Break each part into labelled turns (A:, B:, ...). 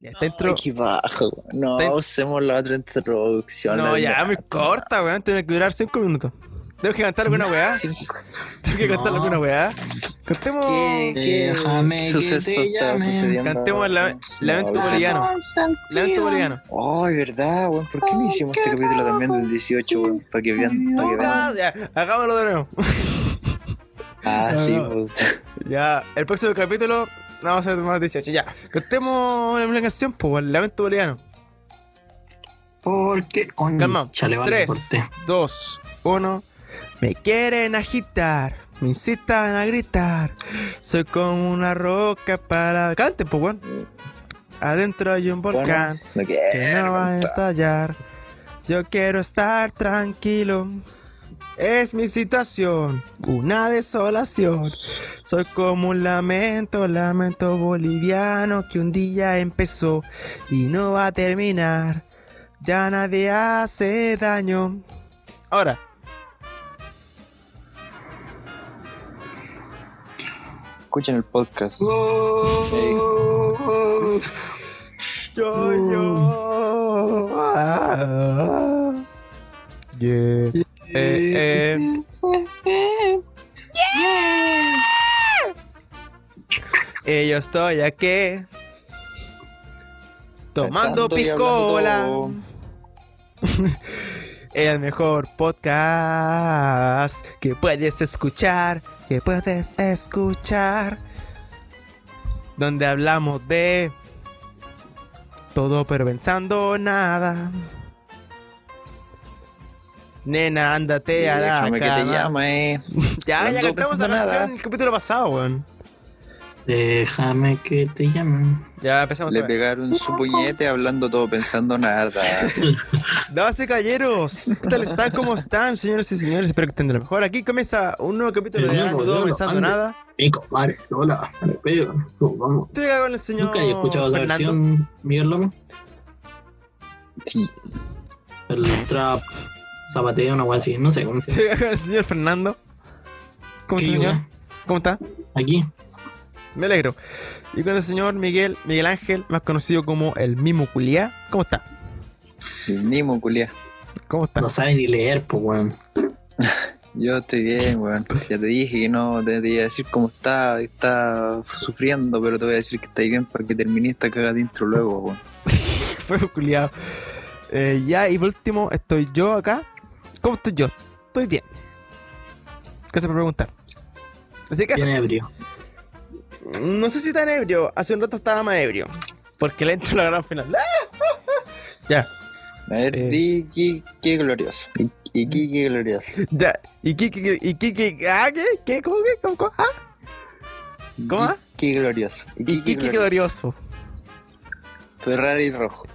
A: Está intro-
B: Aquí bajo. No,
A: Está in-
B: usemos la otra introducción.
A: No,
B: la
A: ya,
B: verdad.
A: me corta, weón. Tiene que durar 5 minutos. Tengo que cantar alguna weá.
B: Cinco.
A: Tengo que cantar
C: No.
A: alguna weá. Cantemos.
B: ¿Qué, qué
C: Déjame que
B: suceso
C: te
B: está
C: llame.
B: sucediendo?
A: Cantemos la-
B: No,
A: Lamento
B: no,
A: Boliviano. Lamento boliviano.
B: Ay, verdad, weón. ¿Por qué no hicimos este capítulo también del 18, weón? Para que vean. Para que vean.
A: Ah, ya, hagámoslo de nuevo.
B: Ah, sí,
A: Ah.
B: weón.
A: Ya, el próximo capítulo vamos a hacer más 18. Ya, cantemos una canción, pues, el lamento boliviano.
C: Porque con
A: Calma.
C: chale, vale,
A: Tres.
C: corté.
A: 2, 1. Me quieren agitar, me incitan a gritar. Soy como una roca para. Canten, pues, weón. Adentro hay un
B: Bueno,
A: volcán
B: no
A: que no
B: quiero,
A: va a
B: compa.
A: estallar. Yo quiero estar tranquilo. Es mi situación, una desolación. Soy como un lamento, lamento boliviano que un día empezó y no va a terminar. Ya nadie hace daño. Ahora,
B: Escuchen el podcast.
C: Oh,
A: yo,
C: Uh.
A: yo. ah, ah. Yeah. Eh, eh. Y yo estoy aquí. Tomando
B: Pensando y hablando
A: piscola.
B: todo.
A: El mejor podcast que puedes escuchar, que puedes escuchar. Donde hablamos de todo pero pensando nada. Nena, ándate a la
B: Déjame que te
A: cama.
B: llame, eh.
A: Ya, ya
B: Hablando
A: cantamos la
B: pensando nada.
A: canción el capítulo pasado, weón.
C: Déjame que te llame.
A: Ya empezamos
B: Le
A: otra vez.
B: pegaron su puñete hablando todo pensando nada.
A: Damas y caballeros, ¿qué tal están? ¿Cómo están, señores y señores? Espero que estén de lo mejor. Aquí comienza un nuevo capítulo
C: El
A: de
C: nuevo,
A: Algo Todo
C: nuevo,
A: Pensando
C: ande.
A: Nada.
C: Mi compadre, hola, me pego. Subamos.
A: Estoy acá con el señor
C: Nunca he escuchado esa
A: Fernando.
C: versión, Miguel López.
B: Sí.
C: El trap, zapateo, una wea así, no sé cómo se llama.
A: Estoy acá con el señor Fernando. ¿Cómo
C: ¿Qué ¿eh?
A: está, señor?
C: wea?
A: ¿Cómo está?
C: Aquí.
A: Me alegro. Y con el señor Miguel, Miguel Ángel, más conocido como el Mimo Culiá. ¿Cómo está?
B: El Nimo, culia.
A: ¿Cómo está?
C: No sabe ni leer, pues weón.
B: Yo estoy bien, weón. pues Ya te dije que no te, te iba a decir cómo está, está sufriendo, pero te voy a decir que está bien para que termine esta cagada de intro luego, weón.
A: Fue culiado. Eh, ya, y por último, estoy yo acá. ¿Cómo estoy yo? Estoy bien. Gracias por preguntar. Así que eso.
C: Tiene ebrio.
A: No sé si tan ebrio. Hace un rato estaba más ebrio. Porque le entró la gran final. ¡Ah! ya,
B: A ver,
A: Eh.
B: di qué, qué glorioso. Y- Y qué, qué glorioso.
A: ya. ¿Y qué, qué, qué- y qué, qué, ah, qué, qué, cómo, qué, cómo, cómo? Ah, ¿Cómo, ah?
B: Qué glorioso. Y
A: y qué, qué glorioso.
B: Ferrari rojo.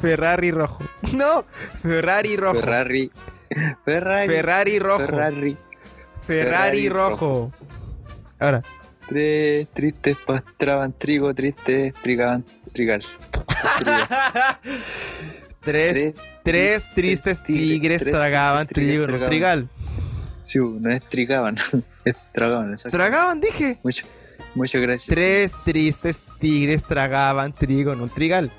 A: Ferrari rojo. No, Ferrari rojo. Ferrari,
B: Ferrari. Ferrari.
A: rojo. Ferrari,
B: Ferrari. Ferrari
A: rojo. Ahora,
B: Tres tristes pastraban trigo, tristes trigaban trigal. Trigal.
A: tres,
B: Tres-
A: tres tristes tigres
B: tres
A: tragaban
B: tristes
A: trigo
B: tigres
A: en un
B: tragaban.
A: trigal.
B: Sí, no es trigaban, es tragaban. exacto.
A: Tragaban, dije.
B: Mucha- muchas gracias.
A: Tres tristes tigres tragaban trigo en un trigal.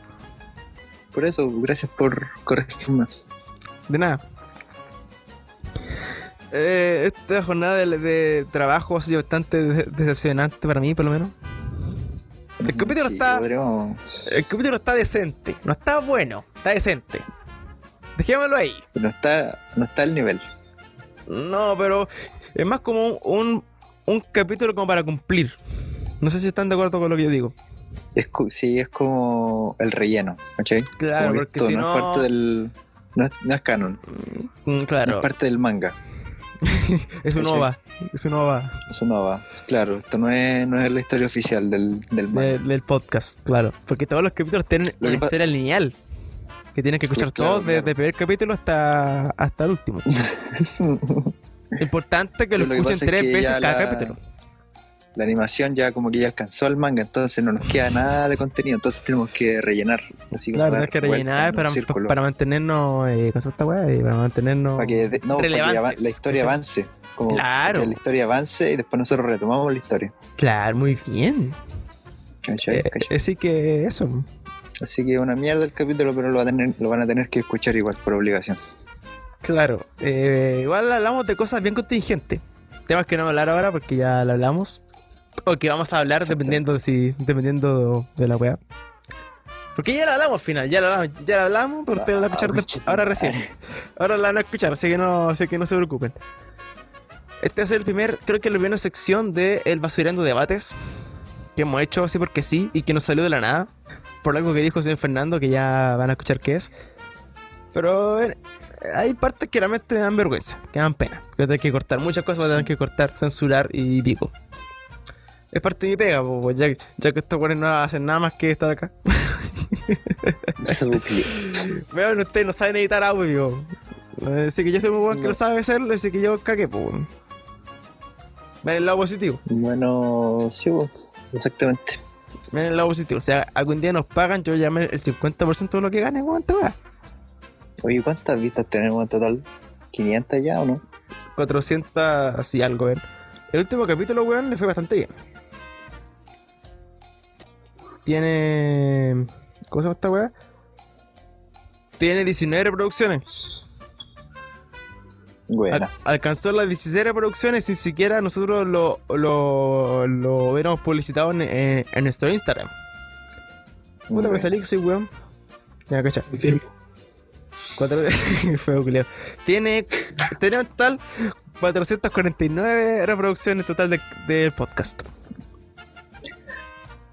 B: Por eso, gracias por corregirme.
A: De nada. Eh, esta jornada de, de trabajo ha sido bastante de- decepcionante para mí, por lo menos. El capítulo
B: Sí,
A: está-
B: podríamos-
A: El capítulo está decente, no está bueno, está decente. Dejémoslo ahí.
B: No está, no está al nivel.
A: No, pero es más como un, un capítulo como para cumplir. No sé si están de acuerdo con lo que yo digo.
B: Es, co- sí, es como el relleno, ¿cachai?
A: Claro,
B: Como que
A: porque
B: esto
A: si
B: no,
A: no...
B: es parte del. No es, no es canon,
A: Mm,
B: no
A: Claro,
B: es parte del manga.
A: es un
B: ¿cachai?
A: OVA, es un OVA
B: Eso no va. Claro, esto no es, no es la historia oficial del, del manga.
A: de- del podcast, claro. Porque todos los capítulos tienen
B: Lo
A: una
B: que pa-
A: historia lineal. Que tienes que escuchar
B: Pues claro,
A: todos, desde
B: claro.
A: el primer capítulo hasta, hasta el último. Importante que lo,
B: Pero lo que
A: escuchen
B: pasa es
A: tres
B: que
A: veces
B: ya
A: cada
B: la-
A: capítulo.
B: La animación ya como que ya alcanzó el manga, entonces no nos queda nada de contenido, entonces tenemos que rellenar. Así
A: Claro,
B: como
A: tenés que
B: dar vuelta
A: rellenar
B: en
A: para,
B: un círculo.
A: para mantenernos. Eh, ¿Cómo se llama esta weá? Eh, Para mantenernos.
B: Para que, de- no, para que
A: relevantes,
B: ava- la historia
A: ¿cachai?
B: avance. Como
A: Claro.
B: Que la historia avance y después nosotros retomamos la historia.
A: Claro, muy bien.
B: ¿Cachai?
A: Eh,
B: ¿Cachai?
A: así que eso.
B: Así que una mierda el capítulo, pero lo, va a tener- lo van a tener que escuchar igual, por obligación.
A: Claro, eh, igual hablamos de cosas bien contingentes. Temas que no vamos a hablar ahora porque ya lo hablamos. O que vamos a hablar
B: Exacto.
A: dependiendo de, si, dependiendo de la weá. Porque ya lo hablamos al final, ya lo hablamos, ya lo hablamos pero ustedes lo van a escuchar
B: Ah,
A: de- ahora recién. Ahora la van a escuchar, así que no, así que no se preocupen. Este es el primer, creo que la primera sección de El Basurando Debates que hemos hecho así porque sí y que nos salió de la nada. Por algo que dijo el señor Fernando, que ya van a escuchar qué es. Pero eh, hay partes que realmente me dan vergüenza, que dan pena. Que tengo que cortar muchas cosas, voy a tener que cortar, censurar y pico. Es parte de mi pega, po, ya, ya que estos güeyes no hacen nada más que estar acá.
B: Salud, tío.
A: Vean, ustedes no saben editar audio. Eh, Así que yo soy un weón que
B: No.
A: no sabe hacerlo, así que yo cagué, pues. weón. Ven el lado positivo,
B: bueno, sí, bo, exactamente.
A: ven el lado positivo. O sea, algún día nos pagan, yo llamé el 50% de lo que gane, weón, te weá.
B: Oye, ¿cuántas vistas tenemos en total? ¿500 ya o no?
A: 400, así algo, weón. El último capítulo, weón, le fue bastante bien. Tiene. ¿Cómo se llama esta weá? Tiene 19 reproducciones.
B: Bueno,
A: Al- alcanzó las 16 reproducciones sin siquiera nosotros lo, lo, lo hubiéramos publicitado en, en- en nuestro Instagram. Ah, Puta, me salí que soy weón. Ya, cacha.
C: Confirmo.
A: Cuatro... Feo, culiao. Tiene, tiene en total 449 reproducciones total de- del podcast.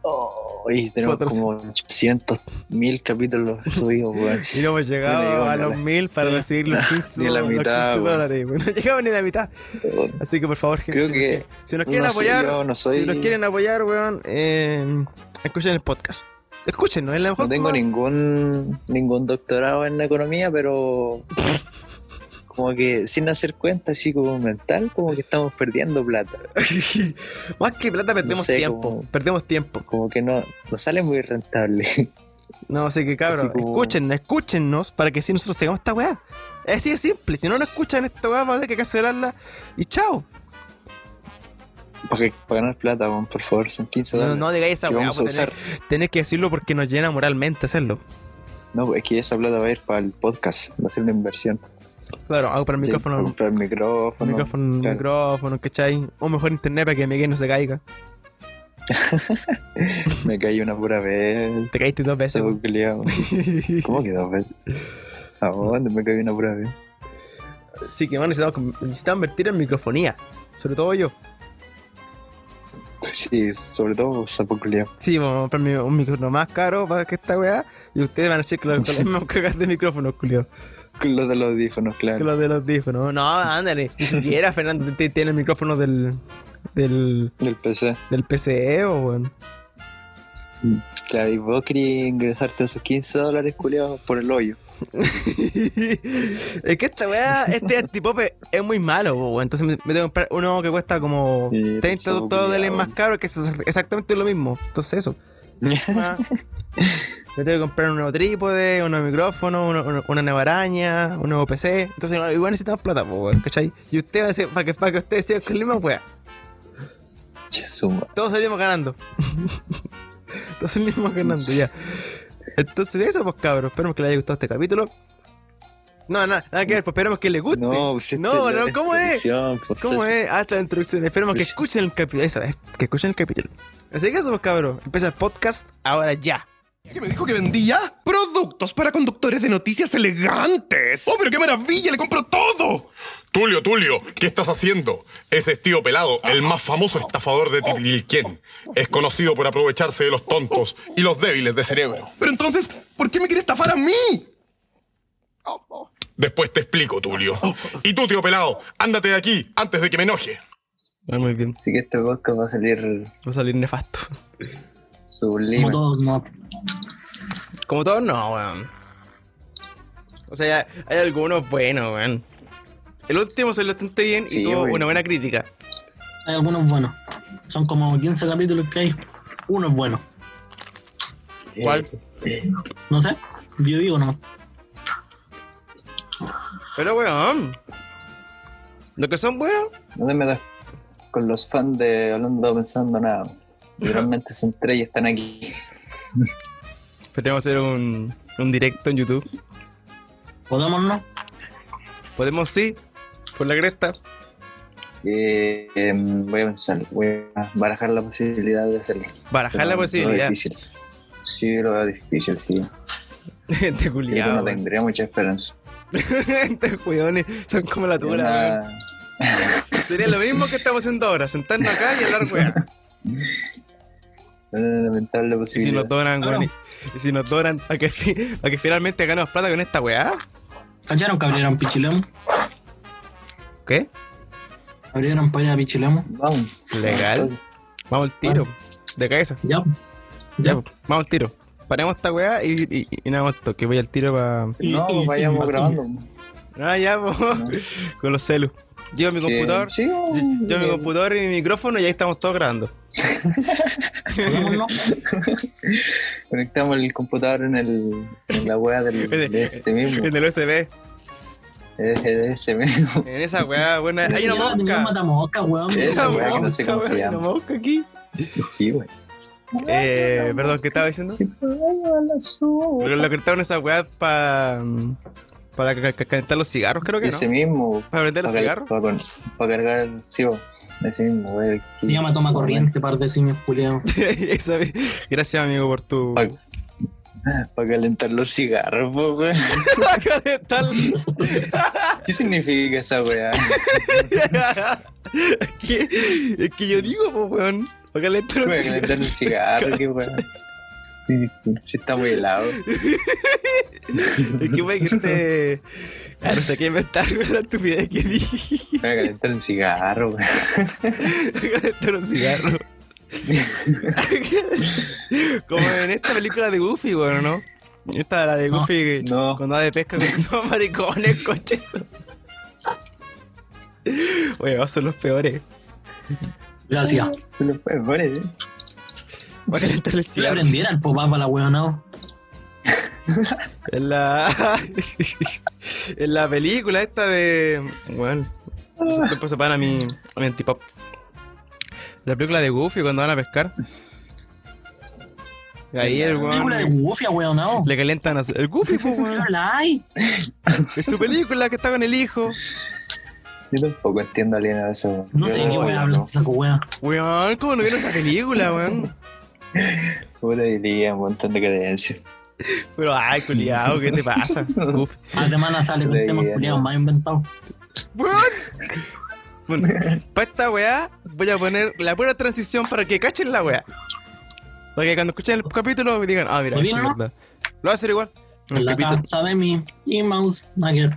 B: Oye, Oh, tenemos
A: Cuatro-
B: como 800 mil capítulos subidos, weón.
A: Y no hemos llegado
B: No le digo
A: a
B: nada.
A: los 1000 para recibir los 15,
B: Ni la
A: los
B: mitad,
A: 15
B: weón.
A: dólares. weón. No llegamos ni a la mitad. Así que por favor, gente,
B: Creo
A: si,
B: que-
A: nos, quieren- si nos quieren
B: No sé,
A: apoyar,
B: yo no soy-
A: si nos quieren apoyar, weón, eh, escuchen el podcast. Escúchenlo, es la mejor
B: No tengo
A: forma-
B: ningún, ningún doctorado en economía, pero como que sin hacer cuenta, así como mental, como que estamos perdiendo plata.
A: Más que plata perdemos
B: No sé,
A: tiempo,
B: como-
A: perdemos tiempo.
B: Como que no, no sale muy rentable.
A: No, así que cabrón,
B: Así como-
A: escuchen, escúchennos para que si nosotros sigamos esta weá. Es así de simple, si no nos escuchan esta weá, vamos a tener que cancelarla y chao.
B: Para, para ganar plata, weón, por favor, son 15
A: No,
B: dólares.
A: no digáis esa
B: que
A: weá,
B: vamos a
A: pues, tenés,
B: usar.
A: tenés que decirlo porque nos llena moralmente hacerlo.
B: No, es que esa plata va a ir para el podcast, va a ser una inversión.
A: Claro, hago para el
B: Para
A: micrófono,
B: comprar micrófono.
A: micrófono,
B: claro.
A: micrófono, ¿cachai? O mejor internet para que Miguel no se caiga.
B: Me caí una pura vez.
A: Te caíste dos veces.
B: Se fue culiao. ¿Cómo que dos veces? ¿A dónde me caí una pura vez?
A: Así que, bueno, necesitamos, necesitamos invertir en microfonía. Sobre todo yo.
B: Sí, sobre todo sapo culiao.
A: Sí, vamos a comprarme un micrófono más caro para que esta weá. Y ustedes van a decir que los las mismas cagas de micrófono, Julio.
B: Con Los de los audífonos,
A: Que
B: claro.
A: los de los audífonos. No, ándale. Ni siquiera Fernando t- t- tiene el micrófono del. del.
B: Del PC.
A: del PCE o weón.
B: Claro, y vos querías ingresarte esos 15 dólares culiados por el hoyo.
A: es que esta weá, este antipope es muy malo, po, weón. Entonces me, me tengo que comprar uno que cuesta como
B: Y
A: 30
B: pensó,
A: dólares
B: culiao.
A: más caro, que es exactamente lo mismo. Entonces eso. Ah. Me tengo que comprar un nuevo trípode, un nuevo micrófono, uno- uno- una nueva araña, un nuevo PC. Entonces, igual necesitamos plata, po, weón, ¿cachai? Y usted va a decir, para que, para que ustedes sigan con la misma weá.
B: Suma.
A: Todos salimos ganando. Todos salimos ganando, ya. Entonces, eso, pues, cabros. Esperemos que les haya gustado este capítulo. No, nada, nada que ver, pues esperemos que les guste.
B: No, si
A: no,
B: esta la
A: no, ¿cómo es?
B: introducción, pues,
A: ¿Cómo
B: eso.
A: es? Hasta la introducción. Esperemos que escuchen el capítulo. Eso, eh, que escuchen el capítulo. Así que eso, pues, cabros. Empieza el podcast ahora ya.
D: ¿Qué me dijo que vendía? Productos para conductores de noticias elegantes. ¡Oh, pero qué maravilla! ¡Le compro todo!
E: Tulio, Tulio, ¿qué estás haciendo? Ese es tío Pelado, el más famoso estafador de Tirilquén. Es conocido por aprovecharse de los tontos y los débiles de cerebro.
D: Pero entonces, ¿por qué me quiere estafar a mí?
E: Después te explico, Tulio.
D: Oh.
E: Y tú, tío Pelado, ándate de aquí antes de que me enoje.
A: Ah, muy bien.
B: Así que este podcast va a salir
A: Va a salir nefasto.
B: sublime.
C: Como todos, no.
A: Como todos, no, weón. O sea, ya hay algunos buenos, weón. El último salió bastante bien y
B: Sí,
A: tuvo
B: weón.
A: una buena crítica.
C: Hay algunos buenos. Son como 15 capítulos que hay. Uno es bueno.
A: ¿Cuál?
C: No sé. Yo digo nomás.
A: Pero, weón. Los que son buenos,
B: No te metas con los fans de Hablando Pensando Nada. Literalmente son tres y están aquí.
A: Podríamos hacer un, un directo en YouTube.
C: ¿Podemos no?
A: Podemos, sí, por la cresta.
B: Eh, em, voy a pensar, voy a barajar la posibilidad de hacerlo.
A: Barajar la
B: Pero lo veo
A: posibilidad.
B: difícil. Sí, lo veo difícil, sí.
A: Este
B: Creo que
A: culiado.
B: no tendría mucha esperanza.
A: Estos weones son como la
B: Es
A: tuya, weón.
B: una-
A: Sería lo mismo que estamos haciendo ahora, sentarnos acá y hablar, weón.
B: una lamentable
A: Y si
B: posibilidad.
A: nos donan,
C: Claro.
A: weón. Y si nos donan para que, fi- pa' que finalmente ganemos plata con esta weá.
C: ¿Cacharon que abrieron Pichilemu?
A: ¿Qué?
C: Abrieron para ir a Pichilemu.
B: Vamos.
A: Legal. Vamos al tiro. De cabeza.
C: Ya.
A: Ya,
C: Ya.
A: po, vamos al tiro. Paremos esta weá y, y, y nada más esto, que voy al tiro para.
B: No,
C: Y- y-
B: vayamos
C: y-
B: grabando. Eh,
A: Ah, ya, po. con los celus. Yo mi computador,
B: Sí,
A: yo, yo mi computador y mi micrófono y ahí estamos todos grabando.
C: ¿Podemos no?
B: Conectamos el computador en, el, en la wea
A: En
B: del,
A: el-
B: de este mismo.
A: En el USB.
B: Es de ese mismo.
A: En esa weá, buena. Hay
C: Ya,
A: una
C: tenemos
A: mosca.
C: matamosca, weón.
A: Hay
B: Esa
A: una
B: weá que no
A: mosca,
B: sé cómo se
A: weón, hay
B: llama.
A: una mosca aquí.
B: Sí, güey.
A: Eh, perdón, ¿qué estaba diciendo? Lo lo cortaron esa weá para. para ca- ca- calentar los cigarros, creo que no.
B: Ese mismo.
A: Para prender los
B: Para, car-
A: cigarros.
B: para, con- para cargar, sí, güey. ese mismo. güey.
C: Se llama Toma Corriente, par de simios culiados.
A: Esa- Gracias, amigo, por tu.
B: Para, para calentar los cigarros, po, güey.
A: calentar.
B: ¿Qué significa esa weá?
A: es, que, es que yo digo, pues, weón. Para calentar los
B: Para calentar
A: cigarros.
B: el cigarro, qué weá. Si está muy helado.
A: Es que, wey, que este. Ah, no sé qué inventar con la estupidez que dije.
B: Para calentar el cigarro, güey.
A: calentar un cigarro. Como en esta película de Goofy, weón, ¿no? Esta la de
C: No,
A: Goofy que-
B: no.
A: cuando va de pesca con esos maricones, coches. Weón, son los peores.
C: Gracias.
B: Se lo puede poner, ¿eh?
A: Va a calentar el
C: Si le
A: cigarro.
C: prendiera el popá para la weón, no.
A: En la. en la película esta de. Bueno. Después se van a mi. a mi antipop. La película de Goofy cuando van a pescar. Ahí el
C: Película de
A: weón.
C: gufia, weón, no.
A: Le calientan a su- El Goofy, po,
C: No
A: weón.
C: la hay.
A: Es su película que está con el hijo.
B: Yo tampoco entiendo a Liana de eso. güey.
C: No
B: Yo
C: sé de qué
B: odio,
C: weón habla,
B: ¿no?
C: saco weón.
A: Weón, ¿cómo no vieron esa película, weón?
B: ¿Cómo le diría un montón de cadencias?
A: Pero, ay, culiao, ¿qué te pasa? Goofy.
C: Cada semana sale con
B: Leí,
C: temas
B: ¿no?
C: culiados más inventados.
A: ¡Weón! Bueno, para esta weá voy a poner la pura transición para que cachen la weá. Para que cuando escuchen el capítulo digan, ah, mira,
C: ¿Lo
A: sí,
C: vieron, no?
A: verdad. Lo voy a hacer igual.
C: En
A: El
C: la
A: capítulo.
C: casa de mi y Mouse Nugget.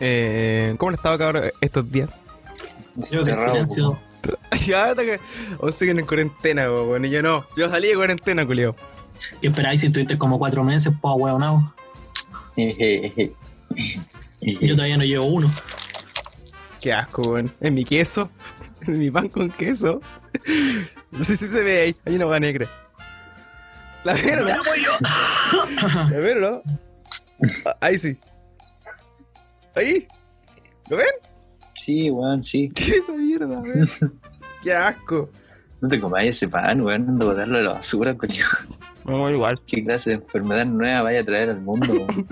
A: Eh, ¿Cómo han estado, cabrón, estos días?
C: Creo que
B: Cerrado,
C: silencio.
A: ya, hasta que. O siguen en cuarentena, weón. Y yo no. Yo salí de cuarentena, culiao.
C: ¿Qué esperáis si estuviste como cuatro meses, po, weón, no?
B: güey.
C: Yo todavía no llevo uno.
A: Qué asco, weón. En mi queso. En mi pan con queso. No sé si se ve ahí. Hay una hoja negra. La vieron, ¿no? La vieron, ¿no? Ah, Ahí sí. Ahí. ¿Lo ven?
B: Sí, weón, sí.
A: ¿Qué es esa mierda, weón? Qué asco.
B: No te comáis ese pan, weón. Ando a botarlo a la basura, coño.
A: Vamos igual.
B: ¿Qué clase de enfermedad nueva vaya a traer al mundo? weón?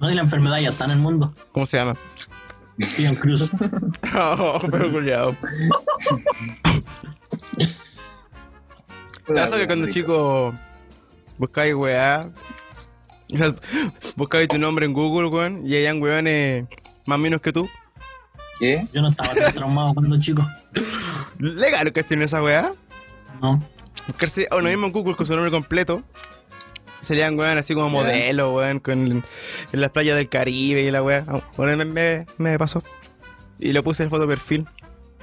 C: No, y la enfermedad ya está en el mundo.
A: ¿Cómo se llama?
C: Pion Cruz.
A: Oh, pero culiao. Te pasa que cuando chico buscáis weá, o sea, buscáis tu nombre en Google, weón, y hayan weones más menos que tú.
B: ¿Qué?
C: Yo no estaba tan traumado cuando chico.
A: Legal que tiene esa weá.
C: No.
A: Buscarse a uno mismo en Google con su nombre completo. Serían weón así como
B: Ya.
A: modelo, weón, con, en las playas del Caribe y la weá. Bueno, me, me, me pasó. Y lo puse en foto de perfil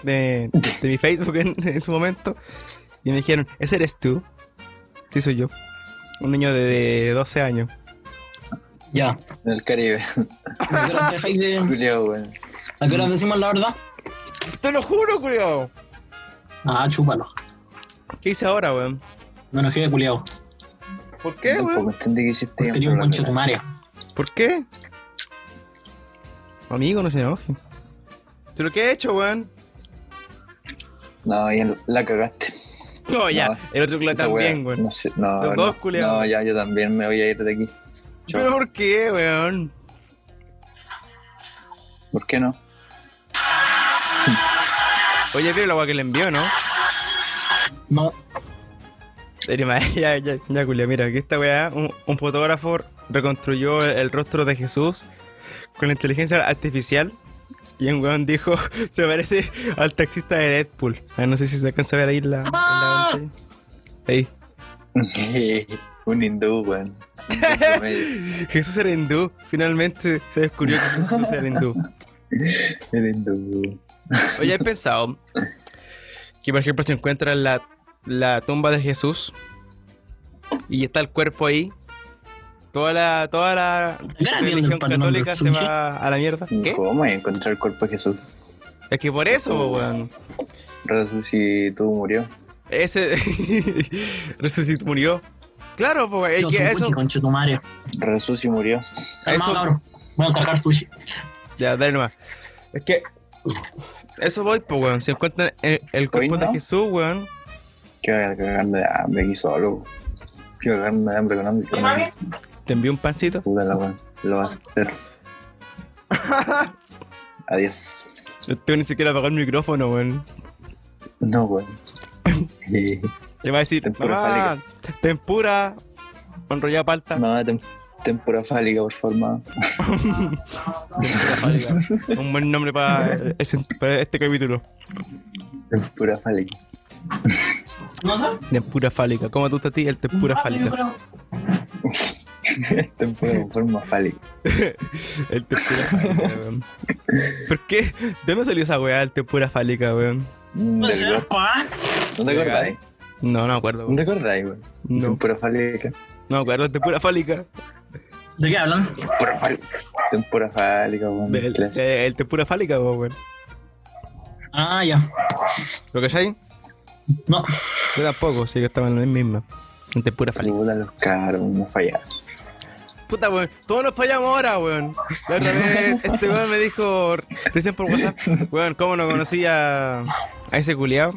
A: de, de mi Facebook en, en su momento. Y me dijeron, ¿ese eres tú? Sí, soy yo. Un niño de, de 12 años.
C: Ya.
B: En el Caribe.
C: ¿A qué hora dejáis de-
B: Julio, weón.
C: a
A: Mm.
C: qué hora decimos la verdad?
A: Te lo juro, culiao.
C: Ah, chúpalo.
A: ¿Qué hice ahora, weón?
C: Me enojé de culiao.
A: ¿Por qué,
B: Tampoco
A: weón?
B: entendí que hiciste. bien,
C: Quería un
B: pero la
C: concho de tu madre.
B: pues.
A: ¿Por qué? Amigo, no se enoje. ¿Pero qué he hecho, weón?
B: cagaste. No, ya la cagaste.
A: Oh, ya.
B: No,
A: el otro culo
B: esa wea,
A: también, weón.
B: No, sé, no,
A: Los dos
B: no,
A: culiados.
B: no, ya yo también me voy a ir de aquí. Chao.
A: ¿Pero por qué, weón?
B: ¿Por qué no?
A: Oye, vio la agua que le envió, ¿no?
C: No,
A: Te imaginas- Ya, ya, ya, culia, mira, que esta weá, un, un fotógrafo reconstruyó el, el rostro de Jesús con inteligencia artificial y un weón dijo, se parece al taxista de Deadpool. Ah, no sé si se alcanza a ver ahí en la... en la pantalla. ahí.
B: Un hindú, weón. Un
A: Jesús era hindú, finalmente se descubrió que Jesús era hindú.
B: hindú.
A: Oye, he pensado que, por ejemplo, se encuentra la, la tumba de Jesús y está el cuerpo ahí. Toda la, toda la
C: Gana bien
A: religión
C: el patrón del
A: católica se
C: sushi.
A: va a la mierda. ¿Qué?
B: ¿Cómo voy a encontrar el cuerpo de Jesús?
A: Es que por eso, po, weón.
B: Resucitó, murió.
A: Ese resucitó, murió. Claro, pues, es
C: yo
A: que
C: soy
A: eso.
C: Puchi, conchetumare.
B: Resucitó, murió.
C: Calmado,
A: Eso-
C: cabrón. Voy a cargar sushi.
A: Ya, dale nomás. Es que. Eso voy, pues, weón. Se encuentran el, el cuerpo
B: Hoy
A: de
B: no.
A: Jesús, weón.
B: Que voy a cagarme de hambre aquí solo. Que voy a cagarme de hambre con hambre. Con hambre.
A: Te envió un pancito.
B: Puta la weón. Lo vas a hacer. Adiós.
A: Este ni siquiera apagó el micrófono, weón.
B: No, weón.
A: Le va a decir,
B: Tempura
A: mamá, tempura, enrollada palta,
B: No, tem tempura fálica, por favor. ma.
A: un buen nombre para, ese- para este capítulo.
B: Tempura fálica.
C: ¿No Ah, sabes?
A: Tempura fálica, como tú estás ti, el tempura fálica.
B: tempura con forma fálica.
A: El tempura fálica, weón. ¿Por qué? ¿De dónde salió esa weá, el tempura fálica, weón?
B: Mm,
C: Puede
B: del
C: ser,
B: gordo.
C: pa.
B: ¿No te
A: Legal.
B: acordáis?
A: No, no me acuerdo,
B: ¿No
A: weón.
B: te acordáis, weón?
A: No.
B: Tempura fálica.
A: No me acuerdo, tempura fálica.
C: ¿De qué hablan?
B: Tempura fálica. Tempura fálica, weón.
A: Del-
B: Clásico.
A: eh, el tempura fálica, weón.
C: Ah, ya.
A: ¿Lo que hay?
C: No.
A: Yo tampoco, así que estaba en la misma. El tempura fálica.
B: Puta los caros, no fallaron.
A: Puta, weón. Todos nos fallamos ahora, weón. La otra vez, este weón me dijo recién por WhatsApp, weón, ¿cómo no conocía a ese culiao?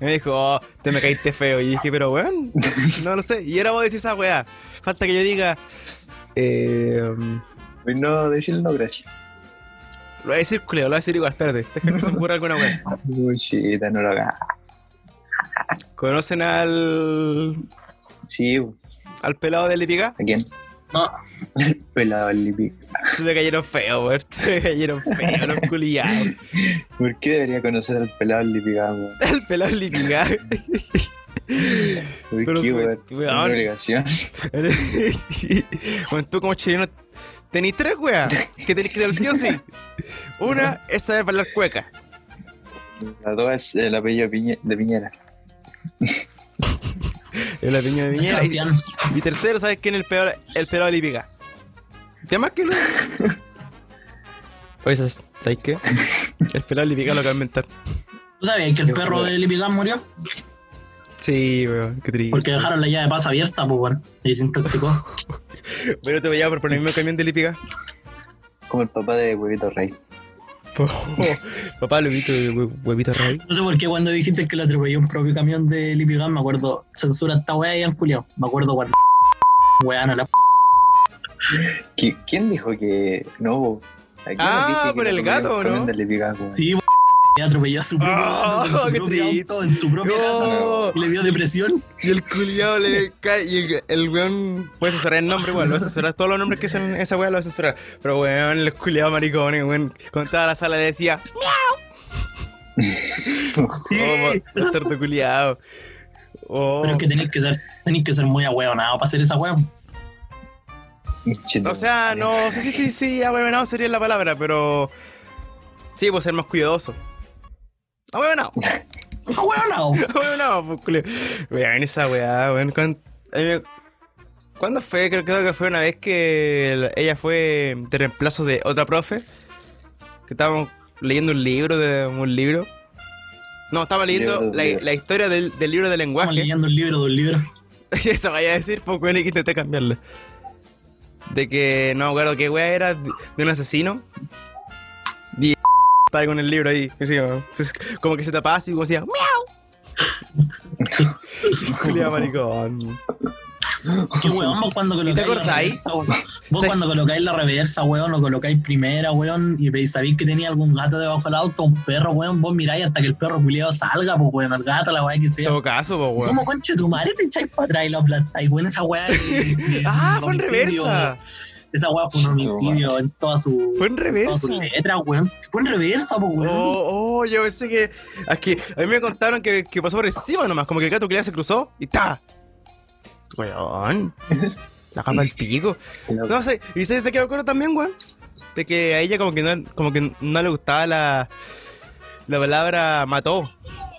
A: Y me dijo, oh, te me caíste feo. Y dije, pero weón, no lo sé. Y ahora vos decís esa weá. Falta que yo diga, eh, um,
B: No, decirle no, gracias.
A: lo voy a decir culiao, lo voy a decir igual, espérate. Déjame que se me ocurra alguna weá.
B: Puchita, no lo hagas.
A: ¿Conocen al,
B: Sí, weón.
A: al pelado de Lipica?
B: ¿a quién?
C: No.
B: Pelado el lipi.
A: Se me cayeron feo, weón. Se me cayeron feo los culiados.
B: ¿Por qué debería conocer al pelado el lipi, weón?
A: El pelado de Lipica.
B: ¿Por
A: Pero,
B: qué,
A: weón,
B: weón?
A: weón.
B: Una obligación.
A: bueno, tú como chileno tenés tres weas que tenés que dar sí o sí. Una es saber bailar cueca.
B: La dos es el apellido Piñe- de Piñera.
A: El apiño de Piñera. Y,
C: Sebastián.
A: y tercero, sabes quién es el peor, el peor de Lipica. Ya más que lo. Oye, ¿sabes, ¿sabes qué? El pelado de Lipica lo que va a inventar.
C: ¿Tú sabes que el
B: Yo
C: perro
B: creo.
C: de Lipigán murió?
A: Sí, weón, qué triste.
C: Porque dejaron la llave de pasa abierta, pues bueno. Y se intoxicó.
A: Bueno, te voy a proponer el mismo camión de Lipica.
B: Como el papá de Huevito Rey.
A: Po- Papá, lo huevito, hue- huevito rey.
C: No sé por qué cuando dijiste que le atropelló un propio camión de Lipigán, me acuerdo, censura esta weá y han culiao. Me acuerdo cuando weá no la p-
B: ¿Qui- ¿Quién dijo que no? ¿A quién
A: Ah,
B: le dije que
A: por
B: le
A: el gato,
B: atropelló un
A: ¿no?
B: camión de Lepigago?
C: Sí, po, y atropelló a su propio,
A: Ah,
C: auto, en
A: qué
C: su propio
A: triste.
C: auto, en su propia casa.
A: No.
C: Y le dio depresión.
A: Y el culiao le cae. Y el, el weón. Voy a censurar el nombre, weón. Lo voy a censurar. Todos los nombres que son esa weá lo voy a censurar. Pero weón, el culiao maricón, weón. Con toda la sala le decía.
C: Sí.
A: Oh, bastardo culiao. Oh.
C: Pero es que tenéis que ser, tenéis que ser muy ahueonado para hacer esa weá.
B: Chito.
A: O sea, no. Sí, sí, sí, sí. Ahuevenado sería la palabra, pero. Sí, pues ser más cuidadoso. Ahuevenado.
C: Ahueonado.
A: Ahuevenado, pues culiao. Weón, esa weá, weón. cuán- a mí me- ¿Cuándo fue? Creo, creo que fue una vez que el- ella fue de reemplazo de otra profe. Que estábamos leyendo un libro de un libro. No, estaba leyendo
B: Libro de un
A: la,
B: libro.
A: la historia del, del libro de
C: Estamos
A: lenguaje.
C: leyendo un libro de un libro.
A: Eso vaya a decir, pues, poco que intenté cambiarle. De que no me acuerdo qué wea era de de un asesino. Y estaba con el libro ahí. y así, como- como que se tapaba así como decía, ¡miau! Julia maricón.
C: Qué weón, vos cuando colocáis. la
F: acordáis?
C: reversa, weón. Vos
F: Se-
C: cuando colocáis la reversa, weón, o colocáis primera, weón, y veis- sabéis que tenía algún gato debajo del auto, un perro, weón, vos miráis hasta que el perro culiado salga, pues weón, el gato, la weá que
A: En
C: sea.
A: todo caso, po, weón.
C: ¿Cómo concha de tu madre te echáis para atrás y lo aplastáis, weón? Esa weá. es- es
A: Ah,
C: un
A: fue en
C: homicidio,
A: reversa.
C: weón. Esa weá fue un homicidio en toda su.
A: Fue en
C: toda
A: reversa.
C: su letra, weón. Sí, Fue en reversa, pues weón.
A: Oh, oh, yo pensé que. Es que a mí me contaron que, que pasó por encima nomás, como que el gato que se cruzó y ¡ta! Weón. La capa al pico. No sé, y sé de qué me acuerdo también, weón. De que a ella como que no, como que no le gustaba la, la palabra mató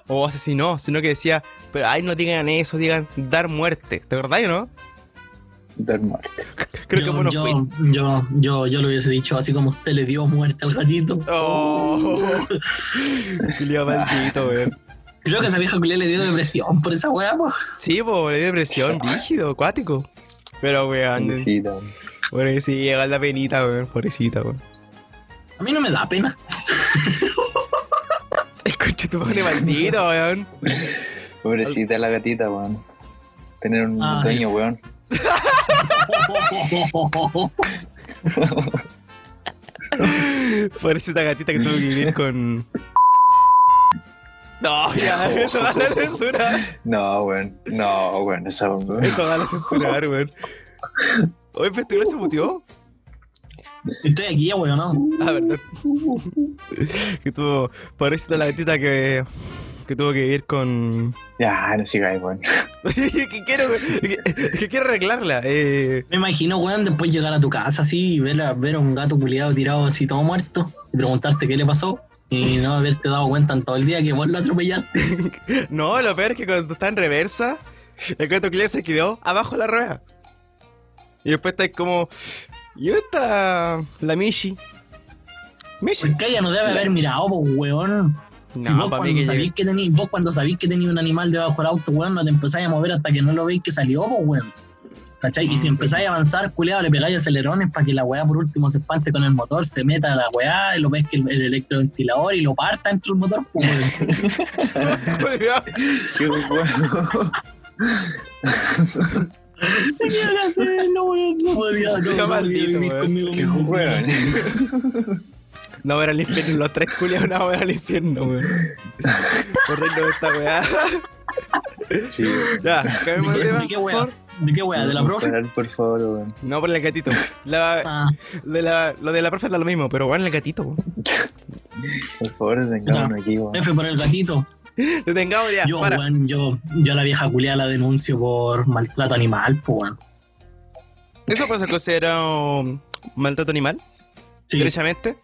A: o asesinó, sino que decía, pero ay, no digan eso, digan dar muerte. ¿Te acordás o no?
B: Dar muerte.
A: Creo que
C: yo,
A: bueno
C: yo,
A: fui.
C: yo, yo, yo lo hubiese dicho así como usted le dio muerte al gatito.
A: Oh, Julio maldito, weón.
C: Creo que esa vieja culia le dio depresión por esa weá, pues. po.
A: Sí, po, le dio depresión, rígido, acuático. Pero, weón,
B: Pobrecita.
A: por sí, llega la penita, weón, pobrecita, weón.
C: A mí no me da pena.
A: Escucha tu madre maldito, weón.
B: Pobrecita la gatita, weón. Tener un
C: Ay.
B: dueño, weón.
A: Pobrecita gatita que tuvo que vivir con. No, ya, eso va a la censura.
B: No, weón. No, weón. Esa weón.
A: Eso va a la censurar, weón. Hoy festival se mutió.
C: Estoy aquí ya, weón, ¿no?
A: Ah, verdad. Que tuvo. Pobrecita la gatita que. Que tuvo que vivir con.
B: Ya, no sigáis, weón.
A: que quiero. Que, que quiero arreglarla. Eh.
C: Me imagino, weón, después llegar a tu casa así y ver a, ver a un gato culiado tirado así todo muerto y preguntarte qué le pasó y no haberte dado cuenta en todo el día que vos lo atropellaste.
A: No, lo peor es que cuando está en reversa, el gato que se quedó abajo de la rueda. Y después está como. Y está la Mishi. Mishi.
C: Porque ella no debe haber mirado, po, weón. Pues, Si vos,
A: pa'
C: cuando sabís que tení, vos cuando sabís que tenía un animal debajo del auto, weón, no te empezáis a mover hasta que no lo veis que salió, pues, weón. ¿Cachai? Y si empezáis a avanzar, culeado, le pegáis acelerones para que la weá por último se espante con el motor, se meta a la weá, y lo ves que el, el electroventilador y lo parta entre el motor, pues, weón.
A: que-
B: Qué weón.
C: Tenía que hacer, no, weón, no podía, no,
A: Ya
C: no podía
A: maldito,
C: vivir
A: weón.
C: conmigo
B: Qué
C: mismo,
B: weón.
C: weón.
A: No ver al infierno, los tres culiados no ver al infierno, weón. Corriendo de esta weá.
B: Sí, weón.
A: Ya, cambiamos de tema.
C: ¿De qué
A: por
C: weá?
A: favor.
C: ¿De qué weá? ¿De la profe?
B: Parar, por favor, weón.
A: No, por el gatito. La,
C: Ah,
A: de la, lo de la profe da lo mismo, pero bueno, el gatito. weón.
B: Por favor, detengámonos aquí, weón.
C: F por el gatito.
A: Detengamos ya,
C: Yo,
A: para.
C: weón, yo, yo a la vieja culeada la denuncio por maltrato animal, pues, weón.
A: ¿Eso puede ser considerado maltrato animal?
C: Sí,
A: Derechamente.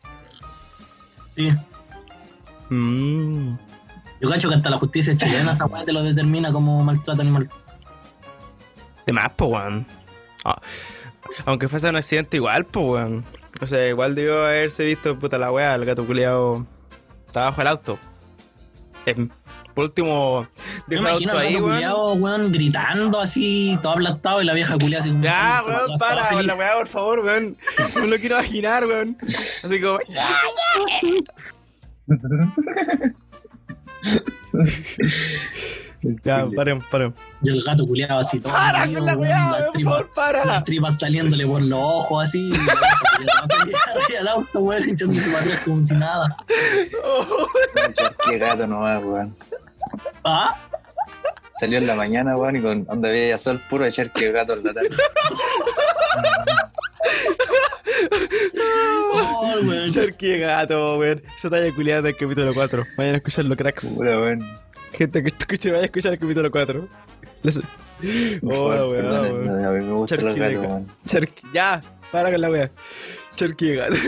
C: sí.
A: Mm.
C: Yo cacho que hasta la justicia chilena esa weá te lo determina como maltrato animal.
A: De más, po, weón. Ah, Aunque fuese un accidente igual, po, weón. O sea, igual debió haberse visto, puta la weá, el gato culiado está bajo el auto. Em, por último,
C: Yo
A: dejó el
C: imagino
A: auto
C: al
A: ahí,
C: gato
A: weón.
C: culiao, weón, gritando así, todo aplastado, y la vieja culiada así como.
A: Ya,
C: se
A: weón,
C: aplastaba
A: para,
C: feliz.
A: con la weá, por favor, weón. No lo quiero imaginar, weón. Así como, ya, paremos, paremos.
C: Y el gato culiado así, todo.
A: Para
C: dormido,
A: con la
C: weón,
A: weá,
C: las
A: weón, por
C: tripas-
A: favor, para.
C: Las tripas saliéndole por los ojos así. y la vieja culiao arriba del auto, weón, echándose para atrás como si nada.
A: Oh,
B: Qué gato nomás, weón.
C: ¿Ah?
B: Salió en la mañana, weón, y con onda veía sol puro echar que gato en la tarde.
C: Oh, weón.
A: Sharky gato, weón. Esa talla culiada del capítulo 4. Vayan a escucharlo, cracks.
B: Pura, weón.
A: Gente que escuche, vaya a escuchar el capítulo 4. Les-
B: Por
A: Hola,
B: favor,
A: weón,
B: perdonen,
A: Oh, weón.
B: no, A mí me gustan los
A: Charqui de
B: gatos,
A: ca-
B: weón.
A: Cherky- ya, para con la wea. Cherky gato.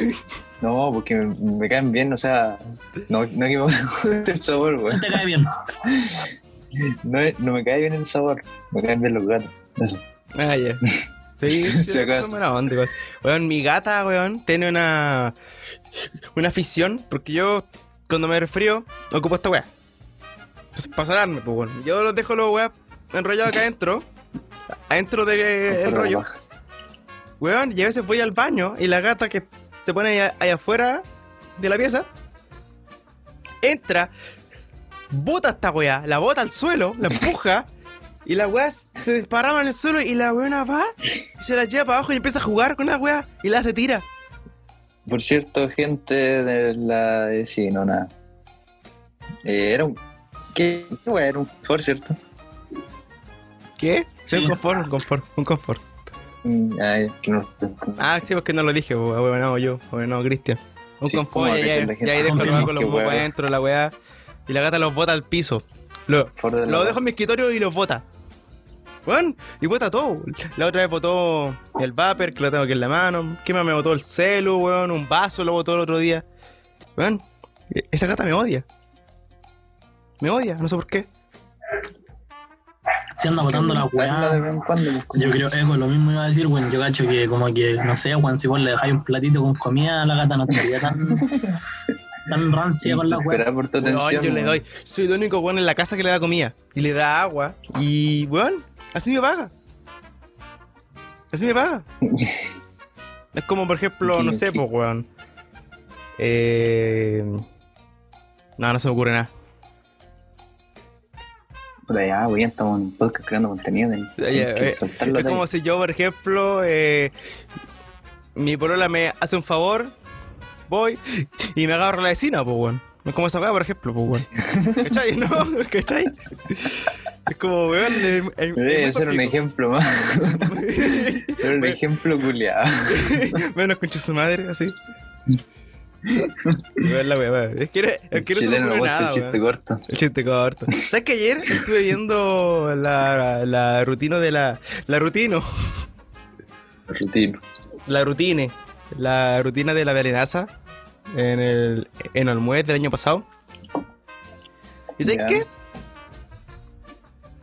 B: No, porque me, me caen bien, o sea, no, no que me guste el sabor, weón.
C: Te cae bien.
B: No, es- no me cae bien el sabor, me caen bien los gatos. Eso.
A: Ah, ya. Sí,
B: Se
A: sí,
B: acaso.
A: son buena onda, igual. Weón, mi gata, weón, tiene una. Una afición, porque yo, cuando me resfrío, ocupo esta wea. Pues, para sanarme, pues, weón. Yo los dejo los weas enrollados acá adentro. Adentro del
B: Por
A: el
B: la
A: rollo.
B: baja.
A: Weón, y a veces voy al baño y la gata que se pone ahí, ahí afuera de la pieza entra, bota esta weá, la bota al suelo, la empuja, y la weá se desparrama en el suelo y la weona va y se la lleva para abajo y empieza a jugar con la weá y la hace tira.
B: Por cierto, gente de la. eh, sí, no, nada. Eh, era un. ¿Qué, qué weá? Era un confort, ¿cierto?
A: ¿Qué? Sí, un
C: Sí.
A: confort, un confort, un confort.
B: Mm, Ay, que no.
A: Ah, sí, porque no lo dije, bo- bueno, no, yo, bueno, no, Cristian. Un
B: Sí,
A: confort,
B: ¿cómo
A: y ahí
B: cachan la gente?
A: dejo
C: Ah,
A: el
C: sí,
A: con los
B: qué
A: mocos
B: hueá.
A: adentro, la weá. Y la gata los bota al piso. Lo,
B: Confort de la
A: lo
B: weá.
A: dejo en mi escritorio y los bota. Bueno, y bota todo. La otra vez botó el vapor, que lo tengo aquí en la mano. ¿Qué más me botó el celu, weón? Un vaso lo botó el otro día. Weón, e-, esa gata me odia. Me odia, no sé por qué.
C: Se anda botando la
B: Carla de vez
C: weá.
B: en cuando, pues, como-
C: Yo creo, Eco, lo mismo iba a decir, weón. Yo cacho que, como que, no sé, weón, si vos le dejáis un platito con comida a la gata, no estaría tan. tan rancia con la weá.
B: Desesperada por tu
A: Weón,
B: atención.
A: yo le
B: weón.
A: doy. Soy el único weón en la casa que le da comida. Y le da agua. Y weón, así me paga. Así me paga. es como, por ejemplo,
B: Aquí,
A: no sé,
B: aquí.
A: pues, weón. Eh... No, no se me ocurre nada.
B: Puta, ya, weón, estamos en un podcast creando contenido. ten-
A: Ya,
B: ten
A: ya,
B: que
A: eh,
B: soltarlo
A: es
B: de ahí.
A: como si yo, por ejemplo, eh, mi polola me hace un favor, voy y me agarro a la vecina, pues, weón. Es como esa weá, por ejemplo, pues, weón. ¿Cachai? ¿No? ¿Cachai? Es como, weón. es- es-
B: Debe
A: es
B: ser
A: muy
B: un
A: cortito.
B: ejemplo más. Era un ejemplo culiado.
A: Menos concha su madre, así. Weón, la weá, weón. Es que, era- es que no se me
B: Chileno,
A: ocurre
B: gusta el
A: nada,
B: chiste
A: weón.
B: corto.
A: El chiste corto. ¿Sabes que ayer estuve viendo la, la rutina de la. La rutina.
B: Rutino.
A: la rutine, la rutina de la velenaza en el en Olmuez del año pasado. ¿Y sabes
B: Ya.
A: qué?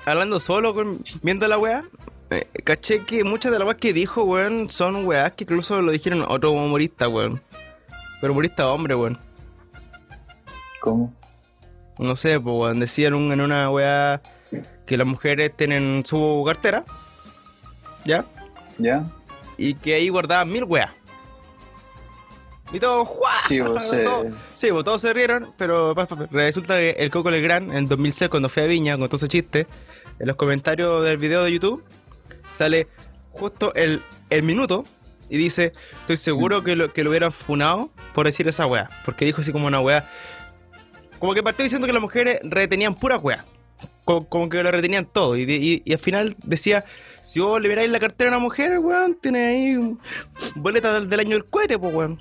A: Hablando solo, con- viendo la weá, eh, caché que muchas de las weas que dijo, weón, son weas que incluso lo dijeron otro humorista, weón. Pero humorista hombre, weón.
B: ¿Cómo?
A: No sé, pues, weón, decían un- en una weá que las mujeres tienen su cartera, ¿ya?
B: ¿Ya?
A: y que ahí guardaban mil weas. Y todos, ¡guau!
B: Sí, vos, eh.
A: Todos- sí, vos, todos se rieron, pero pa, pa, pa, resulta que el Coco Legrand en 2006, cuando fue a Viña, con todo ese chiste, en los comentarios del video de YouTube, sale justo el, el minuto y dice: Estoy seguro que lo, que lo hubieran funado por decir esa wea, porque dijo así como una wea. Como que partió diciendo que las mujeres retenían pura wea. Como, como que lo retenían todo. Y, de- y- y al final decía: Si vos le miráis la cartera a una mujer, weón, tiene ahí un- boleta del, del año del cohete, pues weón.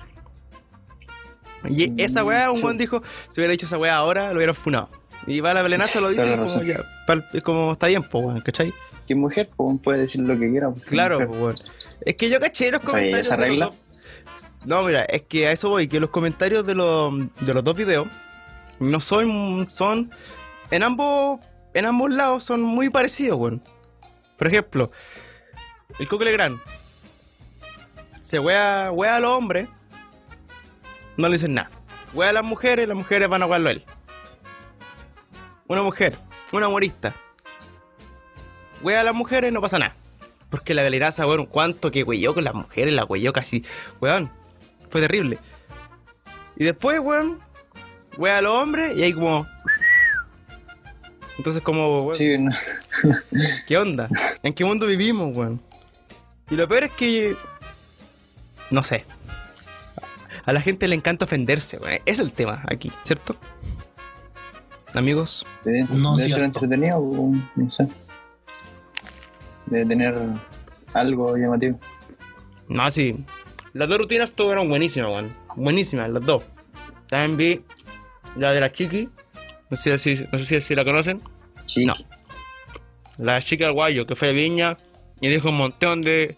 A: Y esa weá, un
B: Mm, Sí.
A: weón dijo: Si hubiera dicho esa weá ahora, lo hubieran funado. Y va la belenaza, lo dice
B: Toda
A: y
B: la
A: como,
B: razón.
A: ya, pal- es como está bien, pues weón, ¿cachai?
B: ¿Qué mujer? Pues puede decir lo que quiera. pues,
A: Claro,
B: mujer.
A: pues, weón. Es que yo caché los
B: sea, ¿y
A: comentarios.
B: esa
A: de los
B: regla?
A: dos- No, mira, es que a eso voy, que los comentarios de los, de los dos videos no son. son. En ambos. En ambos lados son muy parecidos, weón. Por ejemplo, el Coco Legrand se wea, wea a los hombres, no le dicen nada. Wea a las mujeres, las mujeres van a wearlo a él. Una mujer, una humorista. Wea a las mujeres, no pasa nada. Porque la galeraza, weón, cuánto que weyó con las mujeres, la weyó casi. Weón, fue terrible. Y después, weón, wea a los hombres y ahí como. Entonces, como, weón,
B: Sí, no.
A: ¿Qué onda? ¿En qué mundo vivimos, weón? Y lo peor es que. No sé. A la gente le encanta ofenderse, weón. Es el tema aquí, ¿cierto? Amigos.
B: Debe,
C: No,
B: debe ser
C: cierto.
B: entretenido, pues, no sé. Debe tener algo llamativo.
A: No, sí. Las dos rutinas estuvieron buenísimas, weón. Buenísimas, las dos. También vi la de la chiqui. No sé si, no sé si- si la conocen.
B: Sí.
A: No. La chica del guayo que fue de Viña y dijo un montón de.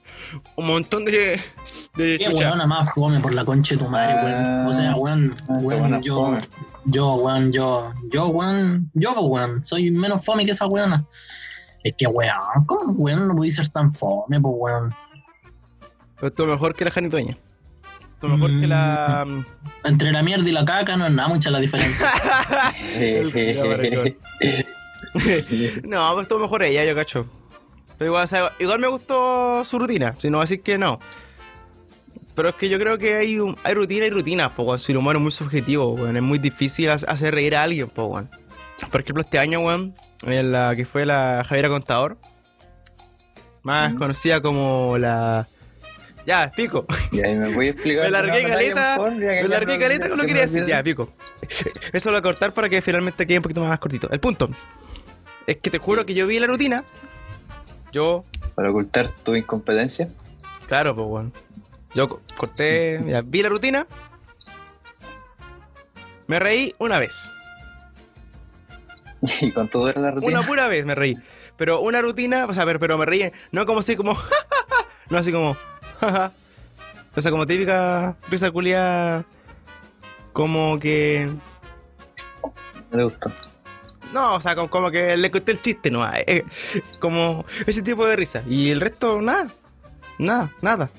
A: Un montón de. de
C: Qué
A: chucha.
C: weona más fome por la concha de tu madre, weón. O sea, weón,
B: Ah, esa
C: weón,
B: buena
C: yo,
B: fome.
C: yo, weón, yo, yo, weón, yo, weón, soy menos fome que esa weona. Es que, weón, ¿cómo, weón, no podéis ser tan fome, pues, weón?
A: Pero estuvo mejor que la janitoña. Estuvo mejor que la.
C: Entre la mierda y la caca no es nada mucha la diferencia.
A: El culiao maricón. mm, no, pero estuvo mejor ella, yo cacho. Pero igual, o sea, igual me gustó su rutina, si no así que no. Pero es que yo creo que hay, un- hay rutina y rutinas, po, weón. Si el humano es muy subjetivo, weón. Es muy difícil ha- hacer reír a alguien, po, weón. Por ejemplo, este año, weón, en la que fue la Javiera Contador, más conocida como la. Ya, pico.
B: Y ahí me voy a explicar.
A: Me largué
B: una batalla en
A: caleta,
B: Fortnite,
A: me
B: que
A: largué
B: no-
A: caleta con lo que
B: me
A: quería decir.
B: olvidé.
A: Ya, pico. Eso lo voy a cortar para que finalmente quede un poquito más cortito. El punto es que te juro que yo vi la rutina. Yo,
B: Para ocultar tu incompetencia.
A: claro, pues, weón. Yo co- corté, ya, vi la rutina. Me reí una vez.
B: ¿Y cuánto dura la rutina?
A: Una pura vez me reí. Pero una rutina, o sea, pero, pero me reí. No como así como. no así como. o sea, como típica risa culia. Como que.
B: Me gustó.
A: No, o sea, como, como que le conté el chiste, no. eh, como ese tipo de risa. Y el resto, nada. Nada, nada.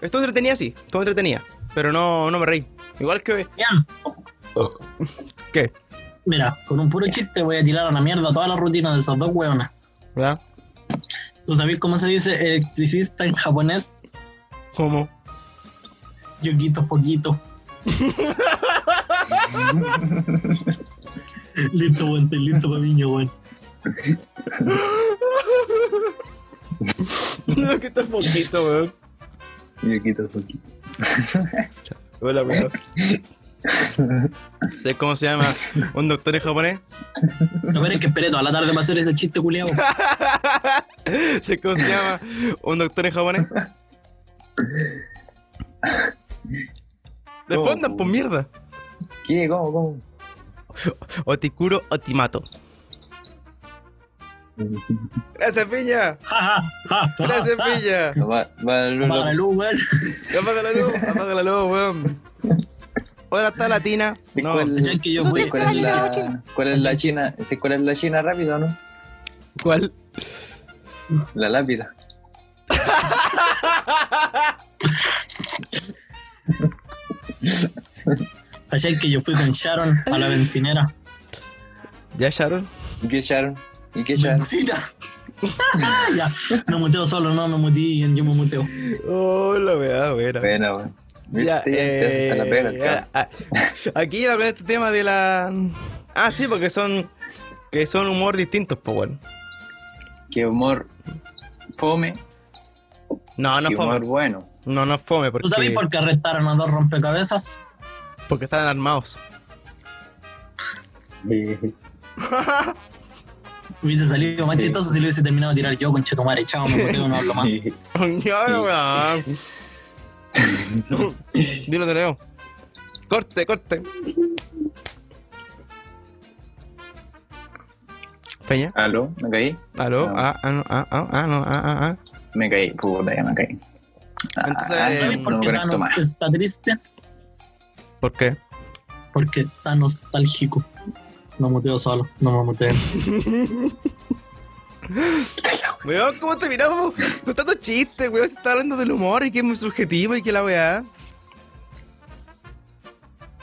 A: Esto entretenía, sí. Todo entretenía. Pero no, no me reí. Igual que.
C: Bien,
A: ¿Qué?
C: mira, con un puro chiste voy a tirar a la mierda toda la rutina de esos dos hueones.
A: ¿Verdad?
C: ¿Tú sabes cómo se dice electricista en japonés?
A: Como.
C: Yoguito Foquito. listo, weón, estoy listo para niño, weón.
A: No, que está poquito, weón.
B: Yo quito un poquito.
A: Hola, weón. ¿Sabes cómo se llama un doctor en japonés?
C: No, pero es que esperé toda la tarde para hacer ese chiste culiado.
A: ¿Sabes cómo se llama un doctor en japonés? Oh. Respondan, por mierda.
B: ¿Qué? ¿Cómo? ¿Cómo?
A: O te curo o te mato. Gracias, piña.
C: Ja, ja, ja,
A: Gracias,
C: ja.
A: piña.
B: No, va, va, lo-
C: Apaga la
B: lo-
C: luz, weón.
A: Apaga la luz, apaga la luz, weón. Ahora está latina.
B: ¿Y
A: No,
B: ¿Cuál,
C: Cachai que yo fui-
B: cuál es la, cuál es la china? Sí, ¿Cuál es la china rápido, no?
A: ¿cuál?
B: La lápida.
C: Ayer que yo fui con Sharon a la bencinera.
A: ¿Ya, Sharon?
B: ¿Y qué echaron? ¿Y qué echaron?
C: Bencina. ya, me muteo solo, no me muteé, yo me muteo.
A: Oh, la verdad, buena.
B: Bueno, bueno.
A: Ya,
B: Viste, hasta la pega, el
A: eh,
B: cabrón.
A: a- a- aquí iba con este tema de la... Ah, sí, porque son... Que son humor distintos, pues, bueno.
B: Qué humor fome,
A: No, no
B: qué humor
A: fome.
B: bueno.
A: No, no fome, porque...
C: ¿Tú sabés Pues por qué arrestaron a dos rompecabezas?
A: Porque estaban armados.
C: Hubiese salido más chistoso si lo hubiese terminado de tirar yo con Chetumare. Chao, me muteo, no hablo más.
A: Ñoro, weón. Dilo de nuevo. Corte, corte. Peña.
B: ¿Aló? ¿Me caí?
A: Aló.
B: No.
A: Ah, ah, no, ah, ah, ah, no, ah, ah, ah.
B: Me caí, pues, puta, ya me caí. Ah,
A: Entonces,
B: ah,
A: eh,
C: ¿Sabes
B: no
C: por
B: me
C: qué
B: conecto
C: Thanos
B: más.
C: está triste?
A: ¿Por qué?
C: Porque está nostálgico. No muteo solo, no me muteo.
A: Weón, ¿cómo terminamos contando chistes, weón? Se está hablando del humor y que es muy subjetivo y que la weá.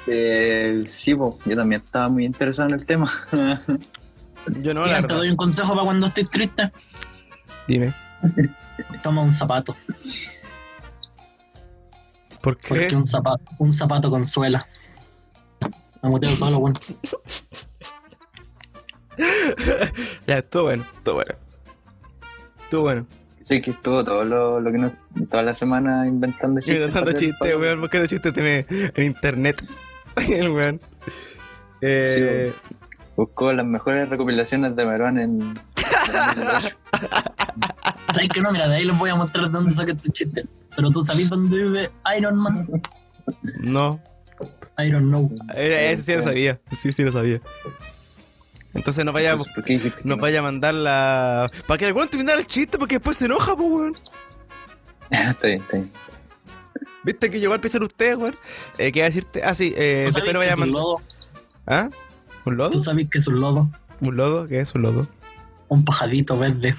B: Eh, sí, po, yo también estaba muy interesado en el tema.
A: Yo no, la
C: Mira, te
A: verdad.
C: doy un consejo para cuando estés triste.
A: Dime.
C: Toma un zapato,
A: ¿Por
C: porque
A: qué?
C: un zapato, un zapato consuela. Me muteo solo, weón.
A: Ya, estuvo bueno, estuvo bueno. Estuvo bueno.
B: Sí, que estuvo todo lo, lo que nos, toda la semana inventando chistes.
A: Inventando
B: para hacer
A: chistes,
B: el
A: weón, buscando chistes tiene en internet. El weón. Eh,
B: podcast. Buscó las mejores recopilaciones de Merón en.
C: ¿Sabes que no? Mira, de ahí les voy a mostrar de dónde saqué tu chiste. Pero tú sabés dónde vive Iron Man.
A: no,
C: Iron No.
A: Era- ese sí lo sabía. Sí, sí lo sabía. Entonces nos vaya, a
B: Entonces, Pues, ¿por qué dijiste que
A: nos
B: no?
A: vaya a mandar la. Para que el weón terminara el chiste, porque después se enoja, pues, weón.
B: está bien, está bien.
A: Viste que llegó al pensar ustedes, weón. Eh, ¿Qué iba a decirte? Ah, sí, eh, después
C: ¿Tú sabes
A: nos
C: que
A: vaya a
C: es un
A: mandar.
C: lodo?
A: ¿Ah? ¿Un lodo?
C: ¿Tú sabes que es un lodo?
A: ¿Un lodo? ¿Qué es un lodo?
C: Un pajadito verde.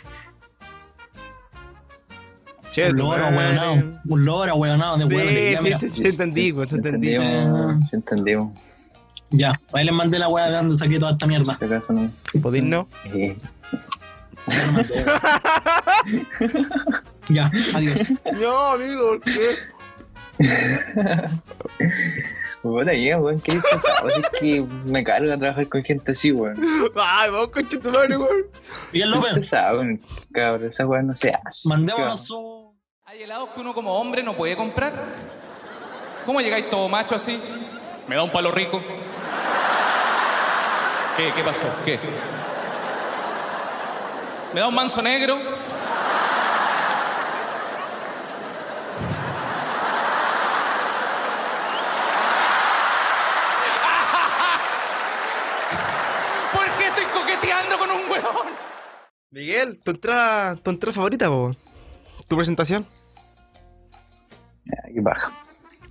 A: Che,
C: un
A: tu
C: loro,
A: madre.
C: weonado. Un loro, weonado. De huevo
A: Sí,
C: ya,
A: sí,
C: mira.
A: sí, sí, entendí, weón, sí entendí. Ah.
B: Entendimos, sí, entendimos.
C: Ya, ahí les mandé la weá de dónde saqué toda esta mierda.
B: Si acaso no.
A: ¿Podís no?
B: Eh,
C: Ya, adiós.
A: No, amigo, ¿por qué?
B: Puta, ya, weón, qué pesado. Así que me carga trabajar con gente así, weón.
A: Ay, vos, concha tu madre, weón.
C: Miguel
B: Qué
C: López,
B: pesado, weón. Cabrón, esa weón no se hace.
C: mandémonos su.
F: Hay helados que uno como hombre no puede comprar. ¿Cómo llegáis todo macho así? Me da un palo rico. ¿Qué? ¿Qué pasó? ¿Qué? Me da un manso negro. ¿Por qué estoy coqueteando con un huevón?
A: Miguel, tu entrada, tu entrada favorita, vos. Tu presentación.
B: Ay, qué baja.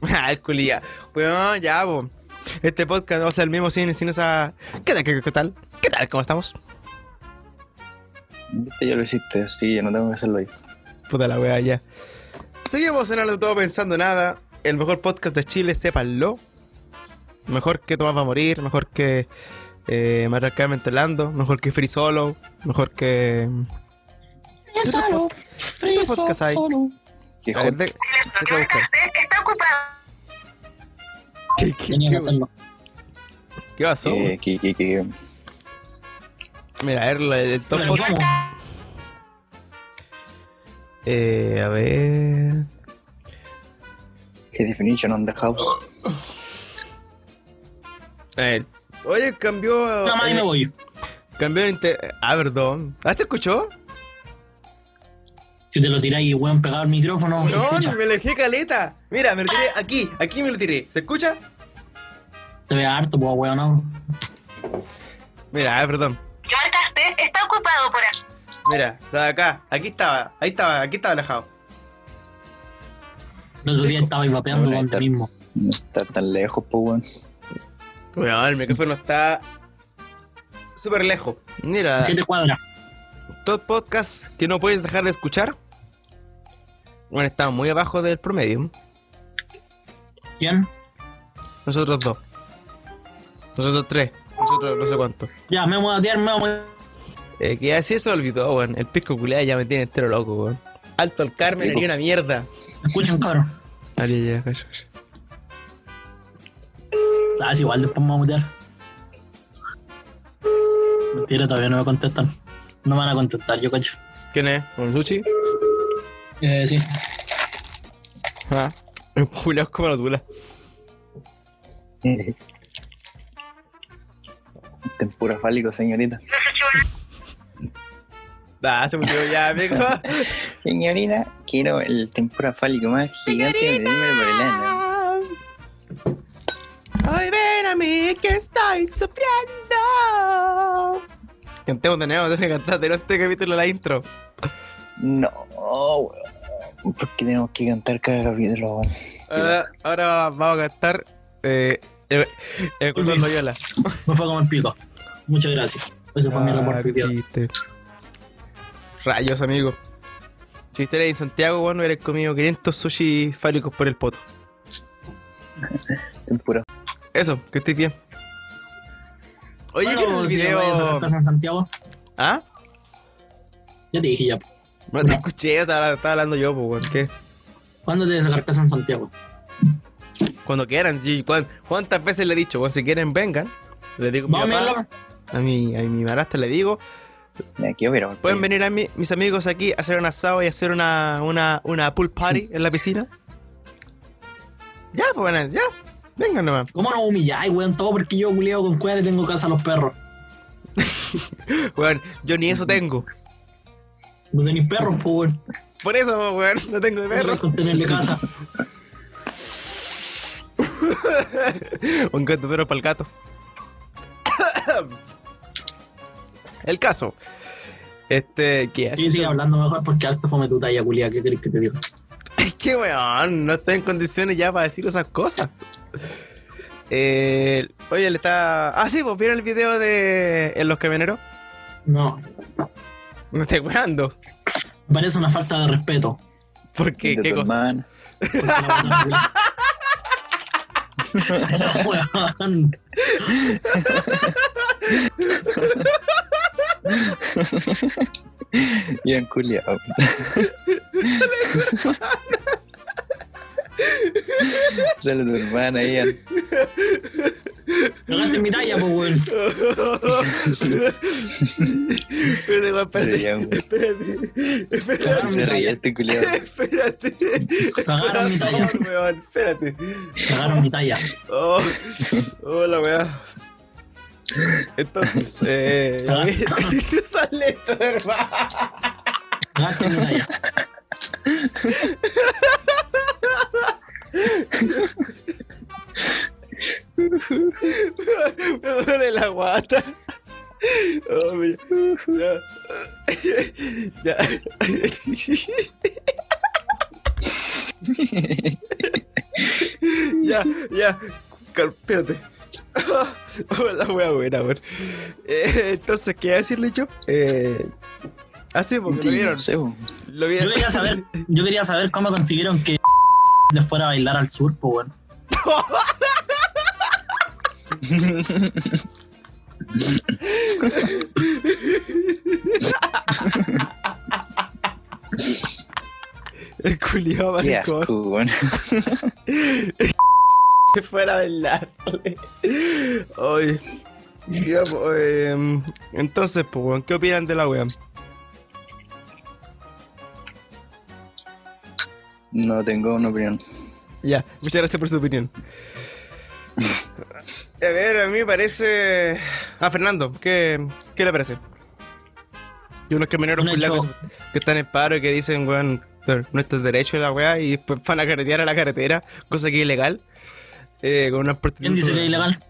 A: Ah, el culilla. Bueno, ya, bo. Este podcast va a ser el mismo sin, sin esa. ¿Qué tal? ¿Qué, qué tal? ¿Qué tal? ¿Cómo estamos?
B: Viste, Ya lo hiciste, sí, ya no tengo que hacerlo ahí.
A: Puta la wea, ya. Seguimos en algo todo pensando nada. El mejor podcast de Chile, sépanlo. Mejor que Tomás va a morir, mejor que eh, María del Carmen Telando, mejor que Free Solo, mejor que. ¿Qué otro pod- qué otro podcast hay? A
B: Qué
A: ver,
B: joder.
A: de- déjame buscar. ¿Qué, qué,
C: Tenía que
A: qué-
C: hacerlo.
A: qué pasó?
B: Que, que, que, que-
A: Mira, a ver, la- el top
C: Pero
A: pod-
C: ¿cómo?
A: Eh, a ver.
B: que definition on the house.
A: A ver. Oye, cambió.
C: Nada más y
A: eh,
C: me voy.
A: cambió el inter- Ah, perdón. ¿Ah, te escuchó?
C: Si te lo tiráis, weón, pegado al micrófono. se escucha.
A: No, me alejé caleta. Mira, me lo tiré aquí, aquí me lo tiré. ¿Se escucha?
C: Te ve harto, pues, weón, no.
A: Mira, ah, perdón.
G: que marcaste está ocupado por aquí.
A: Mira, estaba acá, aquí estaba, ahí estaba, aquí estaba alejado.
C: El otro día estaba ahí vapeando
B: No, no,
C: con lo
B: no.
C: mismo.
B: No está tan lejos, pues, weón.
A: Bueno, el micrófono está súper lejos. Mira,
C: Siete cuadras.
A: todo podcast que no puedes dejar de escuchar. Bueno, estamos muy abajo del promedio.
C: ¿Quién?
A: Nosotros dos. Nosotros tres. Nosotros no sé cuánto.
C: Ya, me voy a tirar, me voy a.
A: Eh, que así se olvidó, weón. El pisco culeado ya me tiene entero loco, weón. Alto al Carmen, haría una mierda.
C: ¿Me Escuchan, cabrón.
A: Dale, ya, calla, calla.
C: Ah, sí, igual después me voy a mutear. Mentira, todavía no me contestan. No me van a contestar, yo cacho.
A: ¿Quién es? ¿Un sushi?
C: Eh, sí.
A: Ah. El culeado es como la tula.
B: Tempura fálico, señorita.
A: Ah, se murió ya, amigo.
B: Señorita, quiero el tempura fálico más gigante de Denver, Maryland.
A: Hoy ven a mí que estoy sufriendo. Cantemos de nuevo, deja de cantar, tenemos este capítulo la intro.
B: No, weón. ¿Por qué tenemos que cantar cada capítulo, weón?
A: Ahora, ahora vamos a cantar eh, el, el culto de Loyola.
C: Me fue como el pico. Muchas gracias. Ese fue mi
A: Ah,
C: reporte.
A: qué
C: tío.
A: triste. Rayos, amigo. Si usted era en Santiago, bueno, hubiera comido 500 sushi fálicos por el poto.
B: Tempura.
A: Eso, que estés bien. Oye,
C: Bueno,
A: ¿vieron el
C: si vaya a sacar
A: video?
C: casa en Santiago.
A: ¿Ah?
C: Ya te dije ya.
A: No te escuché, estaba, estaba hablando yo, pues, weón, ¿qué?
C: ¿Cuándo te voy a sacar casa en Santiago?
A: Cuando quieran, sí, cuan- ¿cuántas veces le he dicho? Bueno, si quieren, vengan. Le digo a mi
C: Vamos a
A: papá,
C: verlo.
A: a mi, a mi madrastra le digo,
B: Ya, quiero ver,
A: ¿pueden
B: weón.
A: venir a mi- mis amigos aquí a hacer un asado y hacer una, una, una pool party en la piscina? Ya, pues, bueno, ya. Vengan nomás.
C: ¿Cómo nos humilláis, weón? Todo porque yo, culeo con cuál le tengo casa a los perros.
A: Weón, yo ni eso tengo.
C: No tenéis perros, pues, weón.
A: Por eso, weón, no tengo perro.
C: Con tenerle casa.
A: Un gato perro para el gato. el caso. Este, ¿qué
C: Sí,
A: haces?
C: sigue hablando mejor porque alto fome tu talla, culia. ¿Qué querés que te diga?
A: Es que, weón, no estoy en condiciones ya para decir esas cosas. Eh, oye, le está. Ah, sí, pues vieron el video de en Los Camioneros.
C: No.
A: No estoy weando.
C: Me parece una falta de respeto.
A: ¿Por qué?
B: De
A: ¿Qué
B: tu
A: cosa?
B: hermana.
C: Porque la verdad, weón.
B: Bien culiao. Sale tu hermana, Ian.
C: Cagaste en mi talla, pues, weón.
A: Espérate, weón, espérate.
B: Ya, weón.
A: Espérate.
C: Cagaron mi
B: Se
C: talla.
B: reía este culiado.
A: Espérate.
C: Cagaron mi talla.
A: Espérate, weón, espérate.
C: Cagaron mi talla.
A: Oh, oh, la weá. Entonces, eh. Tú estás lento, hermano.
C: Cagaste en mi talla.
A: Me duele la guata. Oh, mi- ya. Ya. Ya, ya. Cal- Espérate. Oh, la wea buena, weón. Eh, entonces, ¿qué iba a decirle yo? Eh, ah, sí, porque lo
B: Sí,
A: vieron.
B: no sé, weón.
A: Lo
C: Yo
A: vieron.
C: quería saber, yo quería saber cómo consiguieron que les fuera a bailar al sur, pues, weón.
A: El culiado
B: Qué
A: maricón.
B: asco, weón.
A: que fuera a bailarle. Oye. ya, po, em, entonces, pues, weón, ¿qué opinan de la wea?
B: No tengo una opinión.
A: Ya, muchas gracias por su opinión. A ver, a mí me parece. Ah, Fernando, ¿qué, qué le parece? Y unos camioneros
C: Un hecho.
A: culiados que, que están en paro y que dicen, weón, nuestros derechos y la weá, y después van a carretear a la carretera, cosa que es ilegal. eh, con unas
C: ¿Quién dice que es ilegal?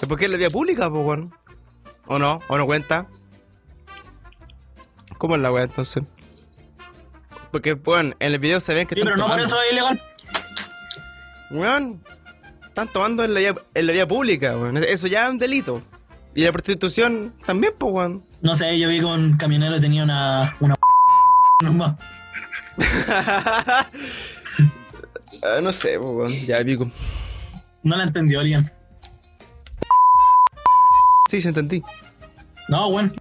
A: ¿Es porque es la vía pública, pues, weón? ¿O no? ¿O no cuenta? ¿Cómo es la weá entonces? Porque, weón, en el video se ven que
C: Sí,
A: están
C: pero no por
A: tomando.
C: eso es ilegal.
A: Weón, están tomando en la vía, en la vía pública, weón. Eso ya es un delito. Y la prostitución también, pues, weón.
C: No sé, yo vi que un camionero tenía una. una. nomás.
A: Ah, no sé, pues, weón. Ya, pico.
C: No la entendió alguien.
A: Sí, se entendí.
C: No, weón.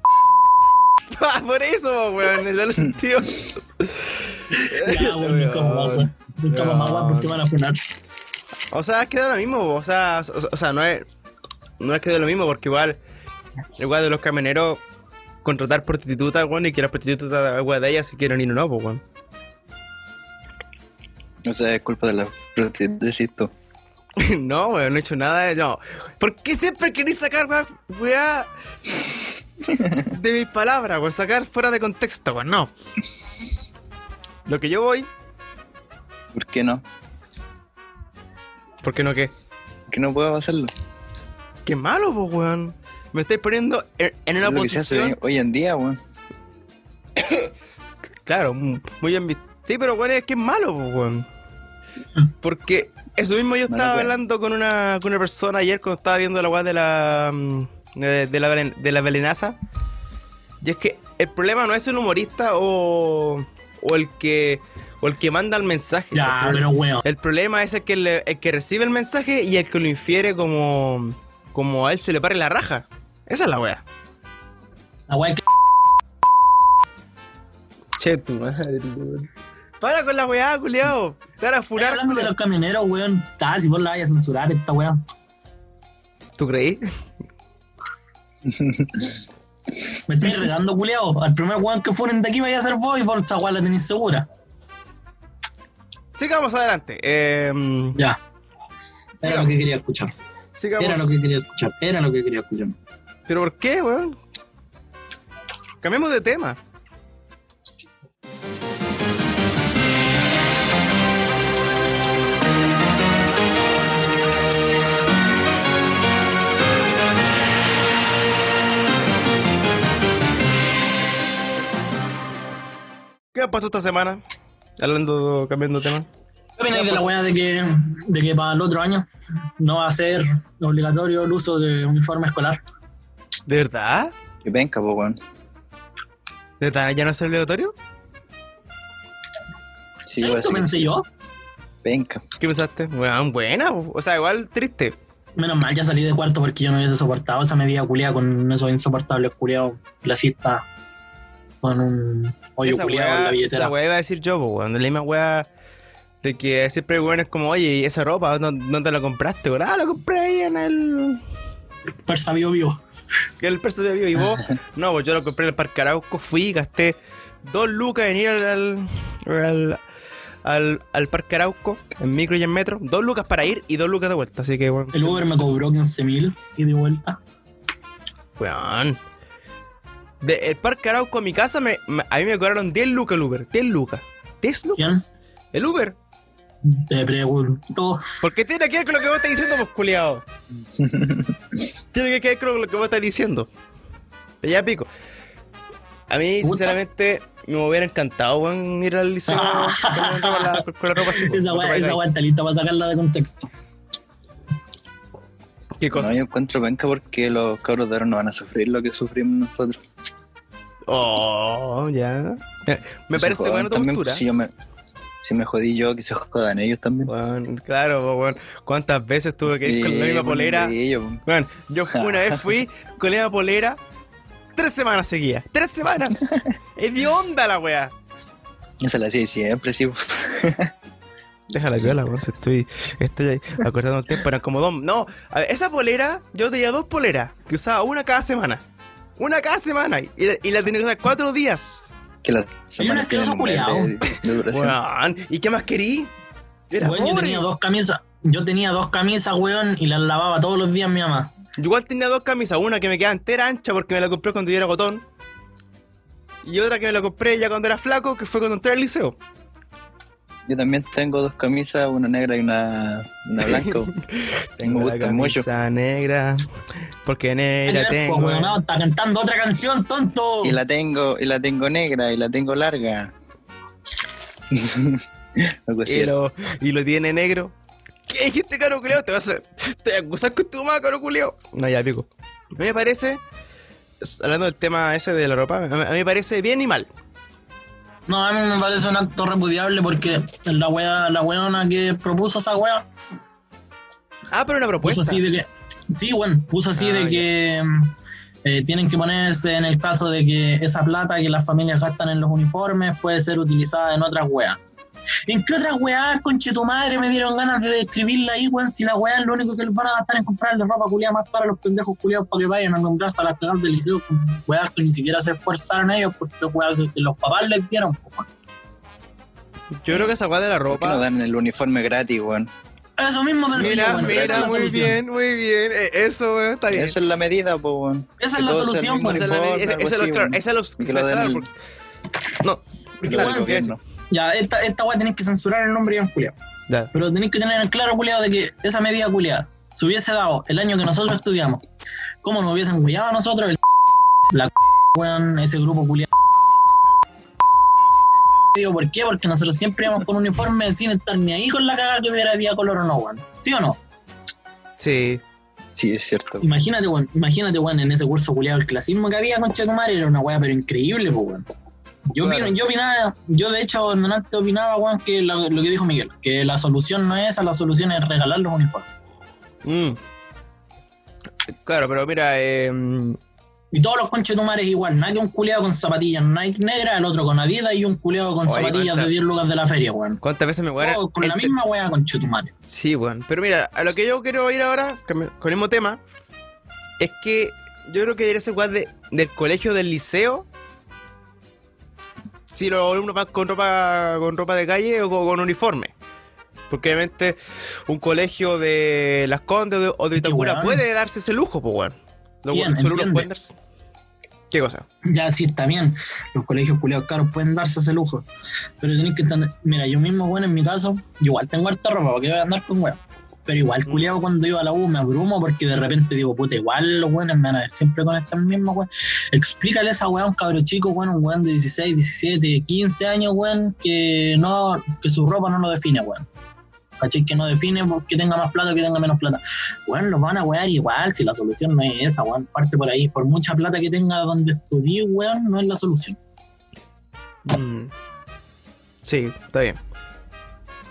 A: Ah, Por eso, weón, el del sentido.
C: Ya, weón, nunca
A: Weón.
C: más pasa. Nunca más va porque van a funar.
A: O sea, queda lo mismo, o sea, o, o sea, no es no es que de lo mismo, porque igual igual de los camioneros contratar prostitutas, weón, y que las prostitutas weón, de ellas si quieren ir o no, pues, weón.
B: O sea, es culpa de la prostituta.
A: No, weón, no he hecho nada, de- no. ¿Por qué siempre queréis sacar, weón, weá, de mis palabras, weón, sacar fuera de contexto, weón, no. Lo que yo voy,
B: ¿Por qué no?
A: ¿por qué no qué?
B: Que no puedo hacerlo.
A: Qué malo, pues, weón. Me estáis poniendo en, en una
B: es lo que se hace
A: posición
B: hoy, hoy en día, weón.
A: Claro, mm, muy bien visto. Sí, pero bueno, es que es malo, pues, weón. Porque eso mismo yo
B: Mala
A: estaba
B: weá.
A: hablando con una, con una persona ayer cuando estaba viendo la weá de la. mm, de, de la belen- de la belenaza. Y es que el problema no es el humorista o. o el que. o el que manda el mensaje.
C: Ya,
A: el, pro-
C: pero weón.
A: el problema es el que, le- el que recibe el mensaje y el que lo infiere como. como a él se le pare la raja. Esa es la weá.
C: La weá que.
A: Che, tu madre, Para con la weá, culiao. Te van a furar,
C: hablando de
A: culiao.
C: los camioneros, weón. Está, si vos la vayas a censurar esta weá.
A: ¿Tú creí?
C: Me estáis regando, culiao. Al primer weón que funen de aquí vaya a ser vos y vos esa weá la tenéis segura.
A: Sigamos adelante. Eh,
C: Ya. Era lo que
A: Sigamos.
C: quería escuchar.
A: sigamos.
C: Era lo que quería escuchar. Era lo que quería escuchar.
A: ¿Pero por qué, weón? Cambiemos de tema. ¿Qué pasó esta semana? Hablando, cambiando de tema.
C: ¿Qué opináis de la weá de que, de que para el otro año no va a ser obligatorio el uso de uniforme escolar?
A: ¿De verdad?
B: Que venga, po, weón.
A: ¿De verdad ya no es obligatorio?
B: Sí,
C: ¿Sabes
B: weón.
C: ¿Esto pensé yo?
B: Venga.
A: ¿Qué pensaste? Weón, buena. O sea, igual triste.
C: Menos mal ya salí de cuarto porque yo no hubiese soportado esa medida culiada con esos insoportables culiados clasistas con un hoyo
A: esa
C: culiado en la
A: weá, esa
C: billetera.
A: weá iba a decir yo, po, weón. La misma weá de que siempre weón es como, oye, ¿y esa ropa? ¿Dó- ¿Dónde la compraste? weón? Ah, la compré ahí en el.
C: Persa Bio Bio.
A: Que el precio de vivo y vos. No, pues yo lo compré en el Parque Arauco, fui, gasté dos lucas en ir al, al, al, al Parque Arauco, en micro y en metro. Dos lucas para ir y dos lucas de vuelta, así que bueno.
C: El Uber me cobró 15 mil y de vuelta.
A: Weón. De el Parque Arauco a mi casa, me, me- a mí me cobraron 10 lucas el Uber, 10 lucas. 10 lucas.
C: ¿Quién?
A: El Uber.
C: Te pregunto.
A: Porque tiene que ver con lo que vos estás diciendo, pues culiao. tiene que ver con lo que vos estás diciendo. Pero ya pico. A mí,
C: Puta.
A: sinceramente, me hubiera encantado weón, ir al liceo con, la, ropa- la- con la ropa así. pues,
C: Esa
A: con ropa
C: weá
A: de
C: esa
A: calle.
C: weá está lista para sacarla de contexto.
A: ¿Qué cosa?
B: No, yo encuentro penca porque los cabros de ahora no van a sufrir lo que sufrimos nosotros.
A: Oh, ya. Eh, Me
B: Que se
A: parece
B: jodan
A: buena tu
B: también, pues,
A: postura.
B: Si, yo me, si me jodí yo, que se jodan ellos también.
A: Weón, claro, pues, weón. ¿Cuántas veces tuve que ir con la
B: Eh,
A: misma
B: bueno,
A: polera?
B: de ellos, po.
A: Weón, yo fui- una vez fui con la misma polera tres semanas seguidas. ¡Tres semanas! ¡Es de onda la weá!
B: Esa la hacía siempre, sí. po.
A: Déjala viola, weón. si Estoy, estoy ahí acordando el tiempo. Eran como dos. No, a ver, esa polera, yo tenía dos poleras que usaba una cada semana. Una cada semana. Y, la- y la tenía que usar cuatro días.
B: Que la
C: una
B: semana tiene
C: asquerosa
B: un mes
C: culiao.
B: de, de duración.
A: Weón, ¿y qué más querí? Era
C: Weón, yo
A: pobre.
C: tenía dos camisas. Yo tenía dos camisas, weón, y las lavaba todos los días mi mamá.
A: Yo igual tenía dos camisas, una que me quedaba entera ancha porque me la compré cuando yo era gotón. Y otra que me la compré ya cuando era flaco, que fue cuando entré al liceo.
B: Yo también tengo dos camisas, una negra y una, una blanca. po. me
A: la
B: gustan mucho.
A: camisa negra, porque negra
C: Pues,
A: tengo.
C: weón, no, está cantando otra canción, tonto.
B: Y la tengo, y la tengo negra y la tengo larga. Algo así
A: y,
B: era.
A: lo, y lo tiene negro. ¿Qué dijiste, caro culeo? Te vas a, te vas a acusar con tu mamá, caro culeo. No, ya pico. A mí me parece, hablando del tema ese de la ropa, a mí a mí me parece bien y mal.
C: No, a mí me parece un acto repudiable porque la wea, la weona que propuso esa wea
A: Ah, pero una
C: puso
A: propuesta.
C: así de que. Sí, weón, puso así
A: Ah,
C: de
A: ya.
C: que mm, eh, tienen que ponerse en el caso de que esa plata que las familias gastan en los uniformes puede ser utilizada en otras weas. ¿En qué otras weas, conche tu madre, me dieron ganas de escribirla ahí, weón? Si la wea es lo único que les van a gastar en comprarle ropa culiada más para los pendejos culiados para que vayan a comprarse a las cagadas del liceo con weas que ni siquiera se esforzaron ellos porque weas que los papás les dieron, po, weón.
A: Yo creo que esa guada de la
B: ¿Por qué
A: ropa.
B: no dan el uniforme gratis, weón?
C: Eso mismo pensé yo,
A: Mira,
C: weón, esa es
A: mira,
C: la
A: muy
C: solución.
A: bien, muy bien. Eh, Eso, weón, está bien.
B: Esa es la medida, po, weón.
C: Esa
B: Que
C: es la
B: todos sean el
C: solución,
B: mismo
C: po.
A: Esa es la-
B: uniforme,
A: esa-
B: algo
A: esa es la-
B: así,
A: claro,
B: weón.
A: esa es los-
B: Que lo den
A: claro,
B: el-
A: porque- No,
B: Que
A: claro,
B: lo den el
A: lo que
B: gobierno.
C: Ya, esta, esta weá tenéis que censurar el nombre bien culiado.
A: Ya.
C: Pero tenéis que tener en claro, culiado, de que esa medida culiada se hubiese dado el año que nosotros estudiamos. ¿Cómo nos hubiesen culiado a nosotros? El la weón, ese grupo culiado. Digo, ¿por qué? Porque nosotros siempre íbamos con uniforme sin estar ni ahí con la cagada que hubiera había color o no, weón. ¿Sí o no?
A: Sí.
B: Sí, es cierto.
C: Imagínate, weón, imagínate, weón, en ese curso culiado el clasismo que había, concha de tu madre, era una weá, pero increíble, po, weón. Yo,
A: Claro.
C: opino- yo opinaba, yo de hecho, antes opinaba, weón, que la- lo que dijo Miguel, que la solución no es esa, la solución es regalar los uniformes.
A: Mm. Claro, pero mira, eh,
C: Y todos los conches de tu madre es igual, nadie un culiado con zapatillas Nike negras, el otro con Adidas y un culiado con este
A: Oye,
C: zapatillas
A: cuánta-
C: de 10 lucas de la feria, weón.
A: ¿cuántas veces me voy a- este-
C: Todos con la
A: Ent-
C: misma weá, conche tu madre.
A: Sí, bueno. Pero mira, a lo que yo quiero ir ahora, que me- con el mismo tema, es que yo creo que debería ser igual de, del colegio, del liceo. Si los alumnos van con ropa, con ropa de calle o con, con uniforme. Porque obviamente un colegio de Las Condes o de, o de
C: Es que,
A: Vitacura
C: weón.
A: puede darse ese lujo, pues, weón. Los
C: Bien,
A: weón- los alumnos
C: entiende.
A: pueden darse. ¿Qué cosa?
C: Ya sí está bien, los colegios culiados caros pueden darse ese lujo, pero tenéis que entender, mira, yo mismo, bueno, en mi caso, yo igual tengo harta ropa, porque voy a andar con weón. Pero igual, culiado, cuando iba a la U me abrumo porque de repente digo, puta, igual los weones me van a ver siempre con estas mismas weón. Explícale esa weá a un cabro chico, weón, un weón de 16, 17, 15 años, weón, que no, que su ropa no lo define, weón. ¿Cachai? Que no define porque tenga más plata o que tenga menos plata weón, los van a wear igual si la solución no es esa, weón. Parte por ahí, por mucha plata que tenga donde estudié, weón, no es la solución.
A: Mm. Sí, está bien.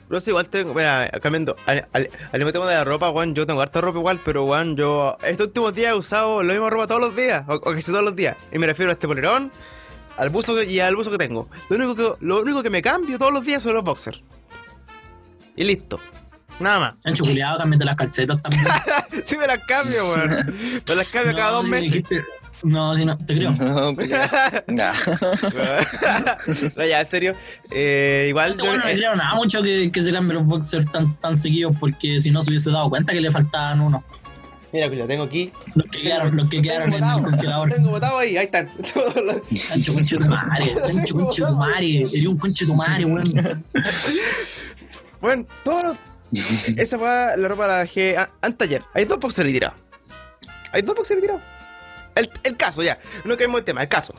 A: Pero sí, igual tengo. Mira, cambiando. Al, al, al mismo tema de la ropa, Juan, yo tengo harta ropa igual, pero Juan, yo estos últimos días he usado la misma ropa todos los días, o, o casi todos los días. Y me refiero a este polerón, al buzo que- y al buzo que tengo. Lo único que, lo único que me cambio todos los días son los boxers. Y listo. Nada más.
C: Chancho culiado, cámbiate las calcetas también.
A: Sí me las cambio, weón. Me las cambio cada dos
C: si
A: meses.
C: dijiste- No, si no, te creo. Este
B: No, culiao. Nah.
A: no, ya, en serio. eh, igual
C: Este
A: yo-
C: weón no le
A: eh,
C: creo nada mucho que, que se cambien los boxers tan, tan seguidos porque si no se hubiese dado cuenta que le faltaban uno.
A: Mira, que lo tengo aquí.
C: Los que quedaron, los que
A: Lo
C: quedaron en el
A: botado, lo
C: congelador.
A: tengo botado ahí, ahí están. Todos los-
C: Chancho conche tu madre, chancho conche tu madre, eres un conche tu madre, weón.
A: Bueno, todos los- Esa fue la ropa la dejé a- anteayer. Hay dos boxers retirados. Hay dos boxers retirados. El, el caso, ya. No caemos en tema, el caso.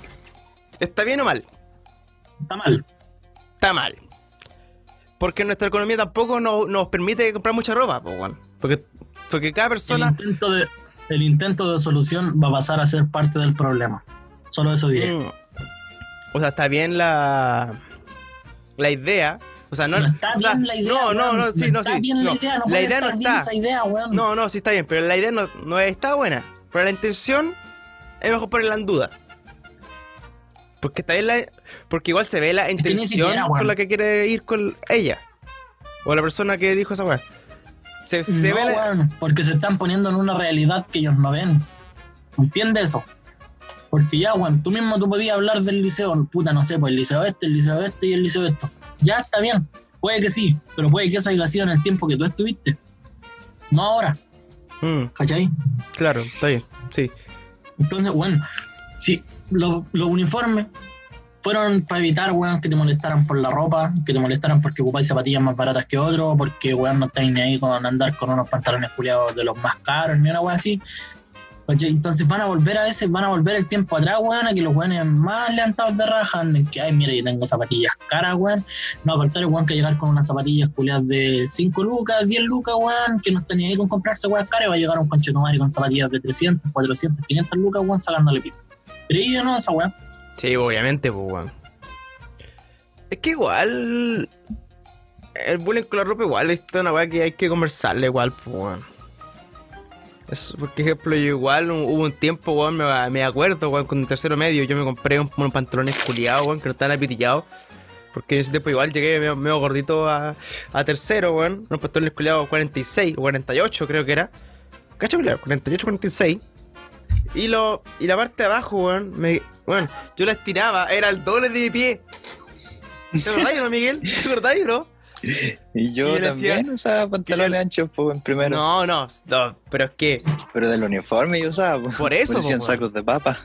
A: ¿Está bien o mal?
C: Está mal.
A: Está mal. Porque nuestra economía tampoco no- nos permite comprar mucha ropa, po, weón. Porque, porque cada
C: El
A: persona.
C: intento, de, el intento de solución va a pasar a ser parte del problema. Solo eso diré.
A: Mm. O sea, está bien la. La idea. O sea, no.
C: No, está
A: o sea,
C: bien la idea.
A: No, no,
C: weón.
A: no, sí, no,
C: está
A: sí,
C: bien
A: no.
C: la idea, no
A: la
C: puede
A: idea no
C: estar bien
A: está.
C: esa idea, weón.
A: No, no, sí está bien, pero la idea no, no está buena. Pero la intención es mejor ponerla en duda. Porque está bien la, porque igual se ve la
C: que ni
A: intención
C: siquiera,
A: con
C: weón.
A: la que quiere ir con ella. O la persona que dijo esa weá. Se, se
C: No,
A: ve la-
C: weón, porque se están poniendo en una realidad que ellos no ven. ¿Entiendes eso? Porque ya, weón, tú mismo tú podías hablar del liceo, puta, no sé, pues el liceo este, el liceo este y el liceo esto. Ya está bien, puede que sí, pero puede que eso haya sido en el tiempo que tú estuviste. No ahora,
A: Mm,
C: ¿cachai?
A: claro, está bien. Sí.
C: Entonces, weón, si los, los uniformes fueron para evitar, weón, que te molestaran por la ropa, que te molestaran porque ocupáis zapatillas más baratas que otros, porque, weón, no estáis ni ahí con andar con unos pantalones culiados de los más caros, ni una weón así. ¿Cachai? Entonces van a volver a ese, van a volver el tiempo atrás, weón, a que los weones más levantados de raja anden que, ay, mira, yo tengo zapatillas caras, weón. No, al contrario, weón, que llegar con unas zapatillas culiadas de 5 lucas, 10 lucas, weón, que no está ni ahí con comprarse weón caras, y va a llegar un conchetumare con zapatillas de 300, 400, 500 lucas, weón, sacándole pito. Pero yo no, esa weón.
A: Sí, obviamente, pues weón. Es que igual. El bullying con la ropa igual es una weá que hay que conversarle igual, pues weón. Es- por ejemplo, yo igual hu- hubo un tiempo, weón, me, me acuerdo, weón, con el tercero medio, yo me compré un- unos pantalones culiados, weón, que no estaban apitillados. Porque en ese tiempo igual llegué medio, medio gordito a, a tercero, weón. Unos pantalones culiados 46 o 48 creo que era. ¿Cacho culiado? 48, 46. Y lo. Y la parte de abajo, weón, me. Bueno, yo la estiraba, era el doble de mi pie. ¿Te acordáis, no, Miguel? ¿Te acordáis, bro?
B: Y yo
A: Y él hacía-
B: también usaba pantalones
A: y él-
B: anchos, pues, en primero.
A: No, no, no, pero es que,
B: Pero del uniforme yo usaba, pues.
A: Por eso,
B: Parecían
A: po, weón.
B: sacos de papa.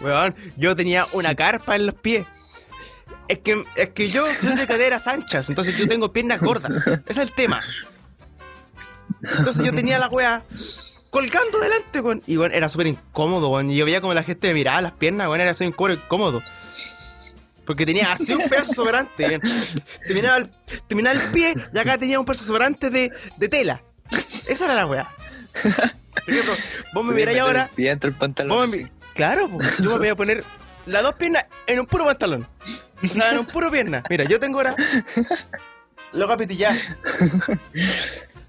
A: weón, yo tenía una carpa en los pies. Es que, es que yo soy de caderas anchas, entonces yo tengo piernas gordas. Ese es el tema. Entonces yo tenía la wea colgando delante, weón. Y bueno, era súper incómodo, weón. Y yo veía como la gente me miraba las piernas, weón, era súper incómodo- incómodo. Porque tenía así un pedazo sobrante, weón. Terminaba el, terminaba el pie y acá tenía un pedazo sobrante de, de tela. Esa era la wea. Por ejemplo, vos me miráis
B: Podía meter
A: ahora
B: el pie dentro del pantalón.
A: Vos me- Claro, po. yo me voy a poner las dos piernas en un puro pantalón. O sea, en un puro pierna. Mira, yo tengo ahora. Lo capitillar.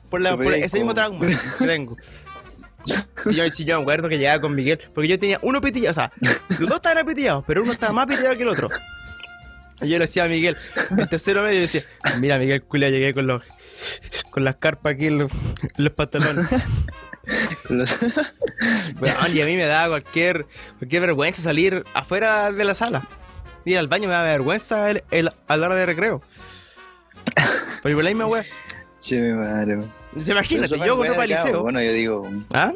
A: Por, la,
B: Te
A: por
B: veía
A: ese mismo
B: como-
A: trauma que tengo. Si yo, si yo me acuerdo que llegaba con Miguel, porque yo tenía uno pitillado, o sea, los dos estaban apitillados, pero uno estaba más pitillado que el otro. Y yo le decía a Miguel, el tercero medio, yo decía, mira Miguel, culia, llegué con los con las carpas aquí en los, en los pantalones. Weón, y a mí me da cualquier, cualquier vergüenza salir afuera de la sala. Ir al baño me da vergüenza el, el- a la hora de recreo. Pero igual la misma wea.
B: Che, mi madre, weón.
A: Se
B: Pero eso
A: imagínate,
B: fue
A: yo con
B: weá
A: ropa de
B: de cabo.
A: liceo.
B: Bueno, yo digo,
A: ¿Ah?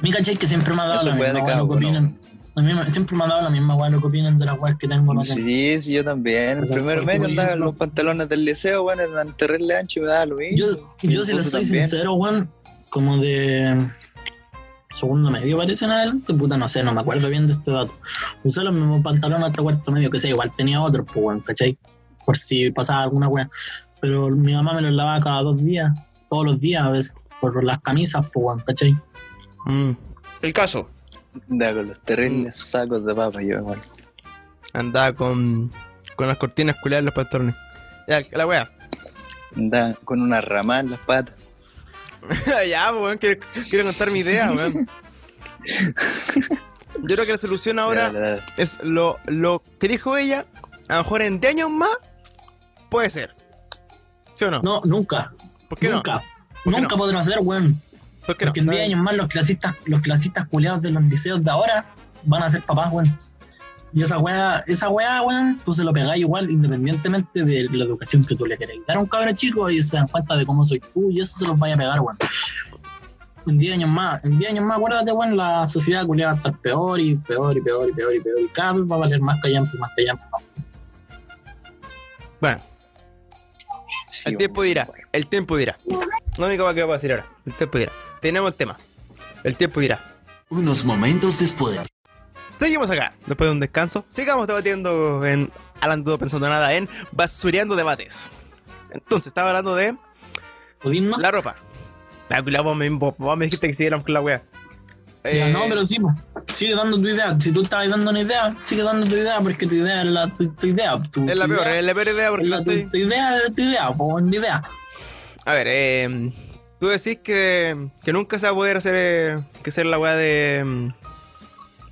C: Me cachai que siempre me ha dado
B: eso
C: la
B: fue
C: misma
B: de
C: weón, lo
B: cabo,
C: que opinan. La misma- siempre me ha dado la misma weón, lo que opinan de las weas que tengo.
B: ¿no?
C: no tengo.
B: Sí, sí, yo también. En
C: Pero
B: primer
C: por
B: medio
C: tu
B: andaba en
C: hijo.
B: los pantalones del liceo, bueno, eran terrible ancho y me daba lo mismo.
C: Yo, yo
B: Mi
C: si les
B: esposo
C: soy
B: también.
C: sincero, weón, como de segundo medio parece en adelante, puta, no sé, no me acuerdo bien de este dato. Usé los mismos pantalones hasta cuarto medio, que sé, igual tenía otros, pues weón, ¿cachai? Por si pasaba alguna weón. Pero mi mamá me los lavaba cada dos días, todos los días a veces, por las camisas, pues weón, ¿cachai?
A: El caso.
B: Andaba con los
A: Mm.
B: terribles sacos de papa, yo, igual.
A: Andaba con, con las cortinas culiadas en los pantalones. Ya, la wea.
B: Andaba con una rama en las patas.
A: ya, pues, weón, quiero, quiero contar mi idea, weón. Yo creo que la solución ahora
B: Era la-
A: es lo, lo que dijo ella, a lo mejor en 10 años más, puede ser. ¿Sí o no?
C: No, nunca.
A: ¿Por qué no?
C: nunca.
A: ¿Por qué
C: nunca
A: no?
C: podrán hacer, weón.
A: ¿Por qué no?
C: Porque en 10 años más los clasistas, los clasistas culeados de los liceos de ahora van a ser papás, weón. Y esa weá, esa weá, weón, tú se lo pegás igual, independientemente de la educación que tú le querés dar a un cabrón chico, ellos se dan cuenta de cómo soy tú y eso se los vaya a pegar, weón. En 10 años más, en 10 años más, acuérdate, weón, la sociedad culeada va a estar peor y peor y peor y peor y peor y cada vez va a valer más callampa y más callampa.
A: Bueno,
B: Sí,
A: el tiempo
B: weón.
A: dirá. El tiempo dirá. Lo único que voy a decir ahora. El tiempo dirá. Tenemos el tema. El tiempo dirá.
H: Unos momentos después.
A: Seguimos acá, después de un descanso. Sigamos debatiendo en. Alan Dudo pensando nada en basureando debates. Entonces, estaba hablando de
C: ¿Podís no?
A: la ropa. Ah, culiao, vos, me, vos- vos me dijiste que siguiéramos con la wea.
C: Ya,
A: Eh,
C: no, pero sí, po. sigue dando tu idea. Si tú estabas dando una idea, sigue dando tu idea, porque tu idea es la, tu, tu idea. Tu,
A: Es la
C: tu
A: peor,
C: idea,
A: es la peor idea porque
C: es
A: la
C: la- tu,
A: estoy.
C: tu idea es tu idea, po, es mi idea.
A: A ver, eh, tú decís que, que nunca se va a poder hacer, eh, que hacer la weá de. mm,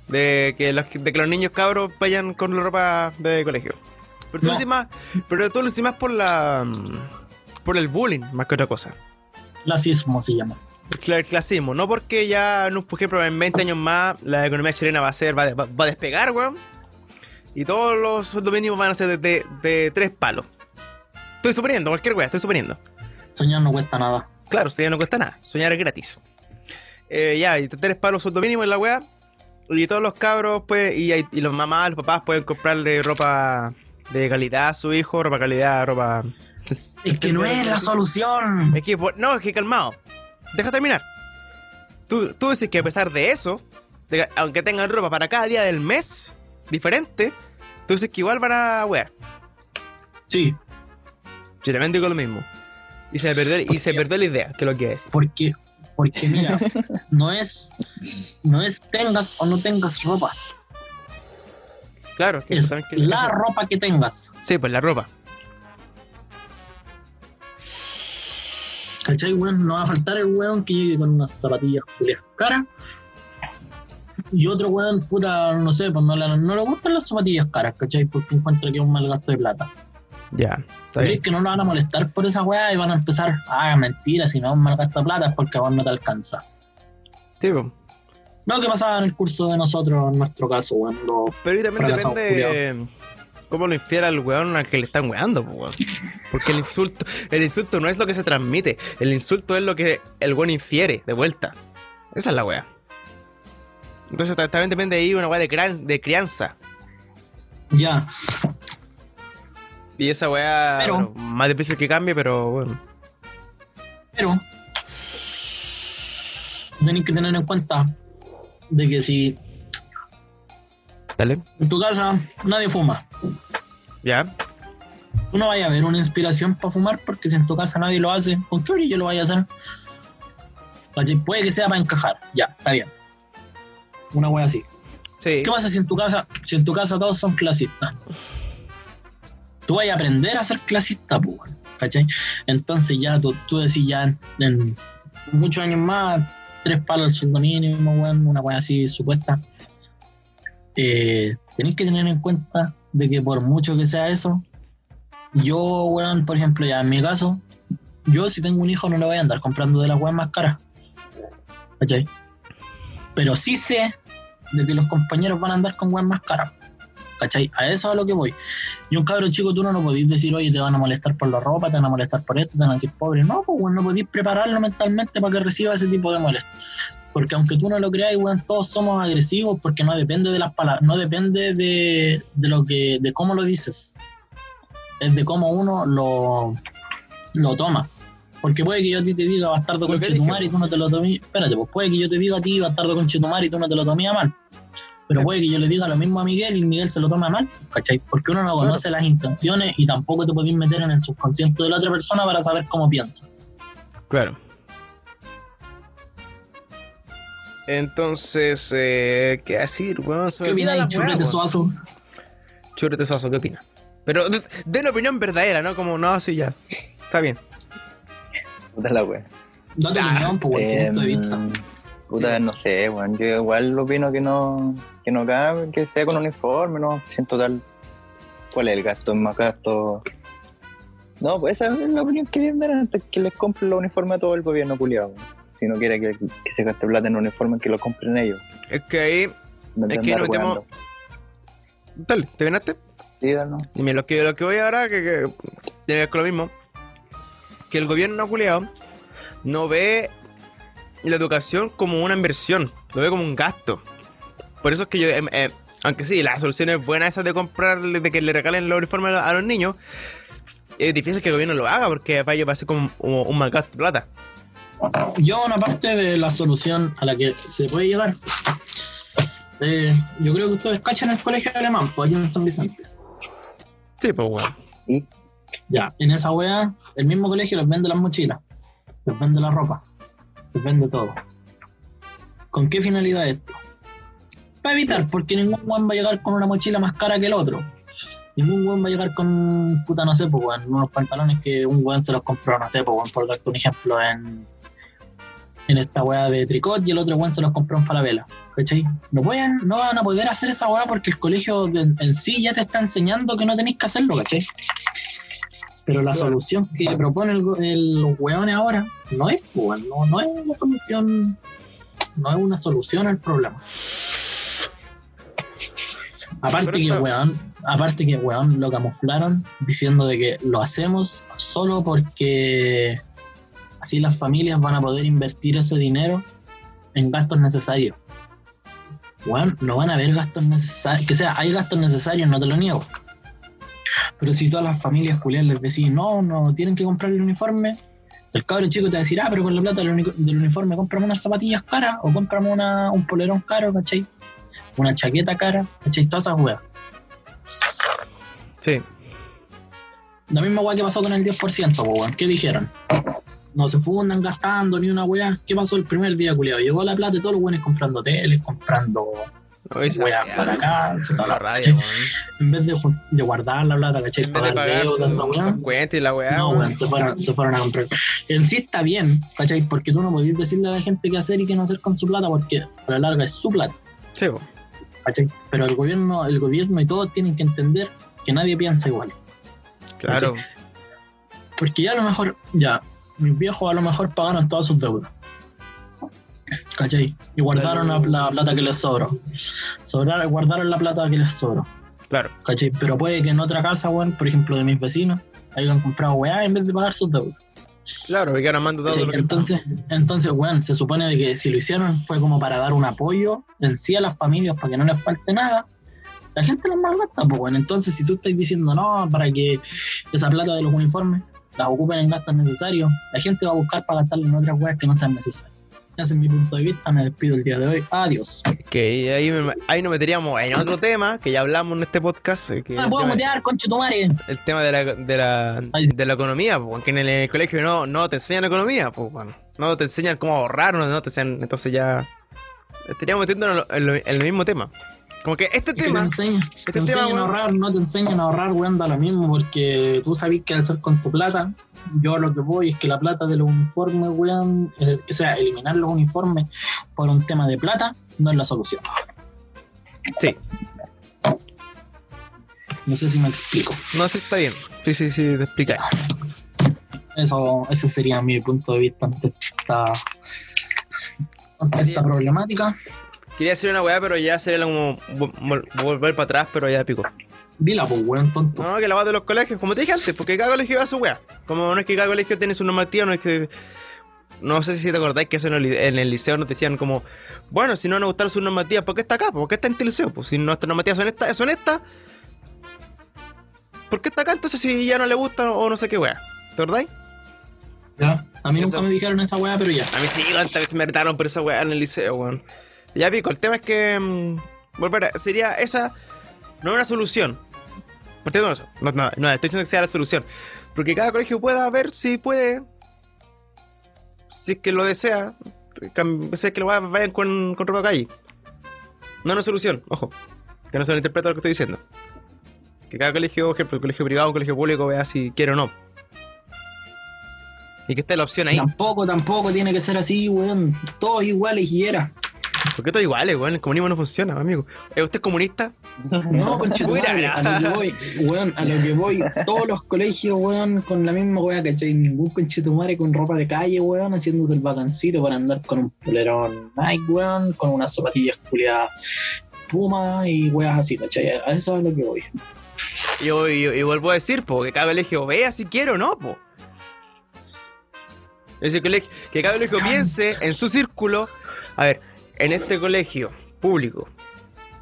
A: De que, los, de que los niños cabros vayan con la ropa de colegio. Pero tú,
C: No.
A: lo decís más, pero tú lo decís más por la. mm, Por el bullying, más que otra cosa.
C: Clasismo se llama.
A: Cla- El clasismo, no porque ya, no, por ejemplo, en 20 años más la economía chilena va a ser, va, de- va- va a despegar, weón. Y todos los sueldos mínimos van a ser de, de- de tres palos. Estoy suponiendo, cualquier weá, estoy suponiendo.
C: Soñar no cuesta nada.
A: Claro, soñar no cuesta nada, soñar es gratis. Eh, ya, y tres palos sueldo mínimo en la weá. Y todos los cabros, pues, y, hay- y los mamás, los papás pueden comprarle ropa de calidad a su hijo, ropa de calidad, ropa.
C: Es que no es la solución.
A: Es que, por- no, es que calmado. Deja terminar. Tú, tú dices que a pesar de eso, de que aunque tengan ropa para cada día del mes diferente, tú dices que igual van a wear.
C: Sí,
A: Yo también digo lo mismo. Y se me perdió, y se me perdió la idea, que es lo que es.
C: porque, porque mira, no es, no es tengas o no tengas ropa,
A: Claro, que
C: es
A: también que-
C: la ropa que tengas.
A: Sí, pues la ropa.
C: ¿Cachai, weón? No va a faltar el weón que llegue con unas zapatillas culias caras. Y otro weón, puta, no sé, pues no le, no le gustan las zapatillas caras, ¿cachai? Porque encuentra que es un mal gasto de plata.
A: Ya, está
C: ¿Crees
A: bien.
C: que no lo van a molestar por esa weá y van a empezar, ah, mentira, si no es un mal gasto de plata es porque a vos no te alcanza?
A: Sí, pues.
C: Lo que pasaba en el curso de nosotros, en nuestro caso, weón, los
A: Pero ahí también
C: Fracasado,
A: depende cómo lo infiera el weón al que le están weando, po, weón. Porque el insulto, el insulto no es lo que se transmite, el insulto es lo que el weón infiere de vuelta. Esa es la wea. Entonces ta- también depende ahí una wea de, cran- de crianza.
C: Ya,
A: Y esa wea
C: Pero-
A: bueno, más difícil que cambie, pero bueno.
C: pero tenéis que tener en cuenta de que si
A: Dale.
C: en tu casa nadie fuma,
A: Ya.
C: tú no vaya a ver una inspiración para fumar porque si en tu casa nadie lo hace, con qué yo lo vaya a hacer. ¿Cachai? Puede que sea para encajar, ya, está bien. Una wea así.
A: Sí.
C: ¿Qué pasa si en tu casa, si en tu casa todos son clasistas? Tú vas a aprender a ser clasista, pues, weón, ¿cachai? Entonces ya tú, tú decís ya en, en muchos años más, tres palos al sueldo mínimo, weón, una weá así supuesta. Eh, tenéis que tener en cuenta de que por mucho que sea eso, yo, weón, por ejemplo, ya en mi caso, yo si tengo un hijo no le voy a andar comprando de las weas más caras. ¿Cachai? Pero sí sé de que los compañeros van a andar con weas más caras. ¿Cachai? A eso es a lo que voy. Y un cabro chico, tú no lo podís decir, oye, te van a molestar por la ropa, te van a molestar por esto, te van a decir pobre. No, pues weón, no podís prepararlo mentalmente para que reciba ese tipo de molestia. Porque aunque tú no lo creas, weón, todos somos agresivos porque no depende de las palabras, no depende de, de lo que, de cómo lo dices. Es de cómo uno lo, lo toma. Porque puede que yo a ti te diga bastardo
A: Lo que
C: con Chetumar
A: dije.
C: y tú no te lo tomes. Espérate, pues puede que yo te diga a ti bastardo con Chetumar y tú no te lo tomes a mal. Pero
A: Sí.
C: puede que yo le diga lo mismo a Miguel y Miguel se lo toma mal, ¿cachai? Porque uno no conoce las intenciones y tampoco te podés meter en el subconsciente de la otra persona para saber cómo piensa.
A: Claro. Entonces, eh, ¿qué decir, weón? Se me
C: ¿Qué
A: olvida
C: opináis,
A: la weá,
C: churrete
A: weón.
C: suazo?
A: Churrete Soso, ¿qué opina? Pero de- den opinión verdadera, ¿no? Como, no, sí, ya. Está bien.
B: Puta la wea.
C: Date
A: Ah,
C: opinión, pues, güey, tu
B: Eh,
C: punto de vista.
B: puta, no sé, weón. Yo igual opino que no, que no cabe, que sea con uniforme, ¿no? Si en total, ¿cuál es el gasto? Es más gasto No, pues esa es la opinión que tienen dar antes que les compren los uniformes a todo el gobierno culiado. Si no quiere que, que se gaste plata en uniformes, que lo compren ellos.
A: Es que ahí.
B: No
A: Es
B: te
A: que
B: andar
A: nos metemos.
B: weando.
A: Dale, ¿te ganaste?
B: Sí, no.
A: Y mira, lo que, lo que voy ahora, que, que tiene que ver con lo mismo, que el gobierno culiado no ve la educación como una inversión, lo ve como un gasto. Por eso es que yo, em, em, aunque sí, la solución es buena esa de comprarle, de que le regalen los uniformes a los- a los niños, es difícil que el gobierno lo haga porque para ellos va a ser como un, un mal gasto de plata.
C: Yo, una parte de la solución a la que se puede llegar, eh, yo creo que ustedes cachan el colegio alemán, pues allá en San Vicente.
A: Sí, pues bueno.
B: Y
C: Ya, en esa wea, el mismo colegio les vende las mochilas, les vende la ropa, les vende todo. ¿Con qué finalidad esto? Para evitar, porque ningún weón va a llegar con una mochila más cara que el otro. Ningún weón va a llegar con, puta, no sé, pues, weón, unos pantalones que un weón se los compró, no sé, pues, weón, por darte un ejemplo, en, en esta wea de tricot y el otro weón se los compró en Falabella. ¿Cachai? No, pueden, no van a poder hacer esa weá porque el colegio de- en sí ya te está enseñando que no tenéis que hacerlo, ¿cachai? Pero la solución que propone el, go- el- los weones ahora no es, pues, weón, no, no es una solución, no es una solución al problema. Aparte
A: Pero
C: que,
A: está-
C: weón, aparte que, weón, lo camuflaron diciendo de que lo hacemos solo porque así las familias van a poder invertir ese dinero en gastos necesarios. Weón, no van a haber gastos necesarios, que sea, hay gastos necesarios, no te lo niego. Pero si todas las familias culiadas les decís, no, no tienen que comprar el uniforme, el cabrón chico te va a decir, ah, pero con la plata del uni- del uniforme, cómprame unas zapatillas caras o cómprame una, un polerón caro, ¿cachai? Una chaqueta cara, ¿cachai? Todas esas weas.
A: Sí.
C: La misma weá que pasó con el 10%, po, weón. ¿Qué dijeron? No se fundan gastando ni una weá. ¿Qué pasó el primer día, culiado? Llegó la plata y todos los weones comprando teles, comprando
A: Oye, esa
C: weá
A: weá,
C: para acá, se
A: la
C: toda la
A: raya,
C: ¿cachai?
A: weón.
C: En vez de, jun- de guardar la plata, ¿cachai?
A: En vez de
C: Pagar
A: pagar
C: deudas, esa
A: sus-
C: weá.
A: sus cuentas y la weá,
C: No,
A: weón.
C: weón, se fueron, se fueron a comprar. En sí está bien, ¿cachai? Porque tú no podés decirle a la gente qué hacer y qué no hacer con su plata, porque a la larga es su plata,
A: Sí, weón.
C: ¿cachai? Pero el gobierno, el gobierno y todos tienen que entender que nadie piensa igual.
A: claro.
C: Porque ya a lo mejor, ya, mis viejos a lo mejor pagaron todas sus deudas. ¿Cachai? Y guardaron la, la plata que les sobró. Sobrar- guardaron la plata que les sobró.
A: Claro.
C: ¿Cachai? Pero puede que en otra casa, weón, por ejemplo, de mis vecinos, hayan comprado weá en vez de pagar sus deudas.
A: Claro, y que ahora mando todo
C: ¿Cachai?
A: lo que
C: Entonces, entonces, weón, se supone de que si lo hicieron fue como para dar un apoyo en sí a las familias para que no les falte nada. La gente los malgasta, pues, weón. Entonces, si tú estás diciendo no para que esa plata de los uniformes las ocupen en gastos necesarios, la gente va a buscar para gastarla en otras weas que no sean necesarias. Ese es mi punto de vista, me despido el día de hoy. Adiós.
A: Que ahí, me- ahí nos meteríamos en otro tema que ya hablamos en este podcast. eh, Que
C: No Ah, me
A: el,
C: puedo
A: tema,
C: mutear, conchetumare.
A: el tema de la, de la, de la economía, porque en el, colegio no, no te enseñan economía, pues bueno, no te enseñan cómo ahorrar, no, no te enseñan, entonces ya estaríamos metiéndonos en, lo- en el mismo tema. Como que este
C: Es que te
A: tema,
C: enseñan,
A: Este tema,
C: te enseñan
A: weón.
C: a ahorrar, no te enseñan a ahorrar, weón, da lo mismo, porque tú sabés qué hacer con tu plata. Yo lo que voy es que la plata de los uniformes, weón, es- o sea, eliminar los uniformes por un tema de plata no es la solución.
A: sí,
C: No sé si me explico.
A: no sé si está bien. Sí, sí, sí, te explicáis.
C: Eso, ese sería mi punto de vista ante esta, ante esta problemática.
A: Quería hacer una weá, pero ya sería como vol- vol- volver para atrás, pero ya pico.
C: Dila, pues, weón, tonto.
A: No, que la va de los colegios, como te dije antes, porque cada colegio va a su wea. Como no es que cada colegio tiene su normativa, no es que. No sé si te acordáis que eso en el, li- en el liceo nos decían como, bueno, si no nos gustaron sus normativas, ¿por qué está acá? ¿Por qué está en este liceo? Pues si nuestras normativas son estas, son estas, ¿por qué está acá entonces si ya no le gusta o no sé qué wea? ¿Te acordáis?
C: Ya. A mí
A: Eso.
C: nunca me dijeron esa weá, pero ya.
A: A mí sí, cuántas veces me retaron por esa weá en el liceo, weón. Ya pico, el tema es que. mm, volver a- sería esa. No es una solución. Partiendo de eso. No, no, no, estoy diciendo que sea la solución. Porque cada colegio pueda ver si puede. Si es que lo desea. cam- Si es que lo va- vayan con, con ropa calle. No es una solución, ojo. Que no se lo interpreta lo que estoy diciendo. Que cada colegio, por ejemplo, un colegio privado, un colegio público, vea si quiere o no. Y que esté la opción ahí.
C: Tampoco, tampoco tiene que ser así, weón. Todos iguales y era.
A: ¿Por qué todo iguales, weón? El comunismo no funciona, amigo. ¿Es usted comunista?
C: No, conchetumare,
A: Fuera.
C: a lo que voy, weón, a lo que voy, todos los colegios, weón, con la misma weá, ¿cachai? Ningún conchetumare con ropa de calle, weón, haciéndose el vacancito para andar con un polerón Nike, weón, con unas zapatillas culiadas Puma y weas así, ¿cachai? A eso es a lo que voy.
A: Y, y, y vuelvo a decir, po, que cada colegio vea si quiere o no, po. Es decir, colegio- que cada colegio piense en su círculo. A ver, en este colegio público,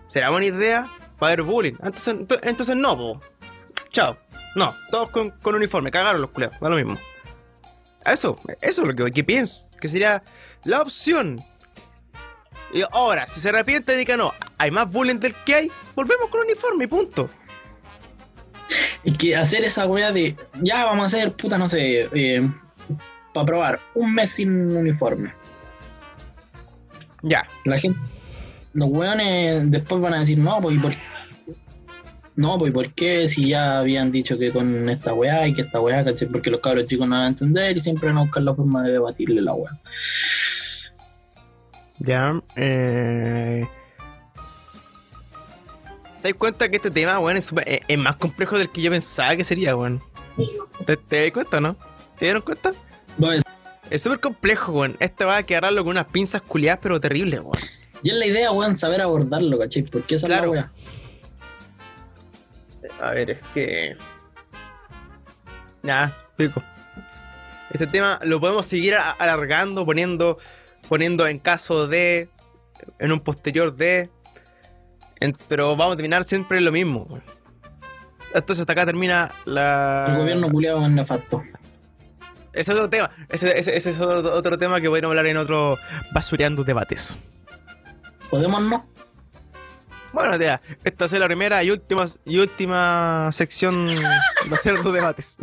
A: ¿será buena idea? Va a haber bullying. Ah, Entonces, ento- entonces no, po. Chao. No, todos con, con uniforme, cagaron los culeos, da lo mismo. Eso, eso es lo que, que pienso, que sería la opción. Y ahora, si se arrepiente, diga no, hay más bullying del que hay, volvemos con uniforme y punto.
C: Es que hacer esa weá de, ya vamos a hacer, puta, no sé, eh, para probar, un mes sin uniforme.
A: Ya,
C: La gente, los weones después van a decir, no, pues, ¿y por No, pues, ¿y ¿por qué? Si ya habían dicho que con esta weá y que esta weá, ¿cachai? Porque los cabros chicos no van a entender y siempre van a buscar la forma de debatirle la weá.
A: Ya, eh... ¿Te das cuenta que este tema, weón, es, súper- es- es más complejo del que yo pensaba que sería, weón? ¿Te, te das cuenta, no? ¿Se dieron cuenta?
C: Pues,
A: Es súper complejo, weón. Este va a quedarlo con unas pinzas culiadas, pero terribles, weón.
C: y es la idea, weón, saber abordarlo, ¿cachai? Porque esa
A: Claro.
C: es la weá.
A: A ver, es que... Nada, pico. Este tema lo podemos seguir a- alargando, poniendo, poniendo en caso de, en un posterior de, en- pero vamos a terminar siempre en lo mismo. weón. Entonces hasta acá termina la...
C: El gobierno culiado es nefasto.
A: Ese es otro tema, ese, ese- ese es otro, otro tema que voy a hablar en otro basureando debates.
C: ¿Podemos no?
A: Bueno, tía, esta es la primera y última, y última sección basureando debates.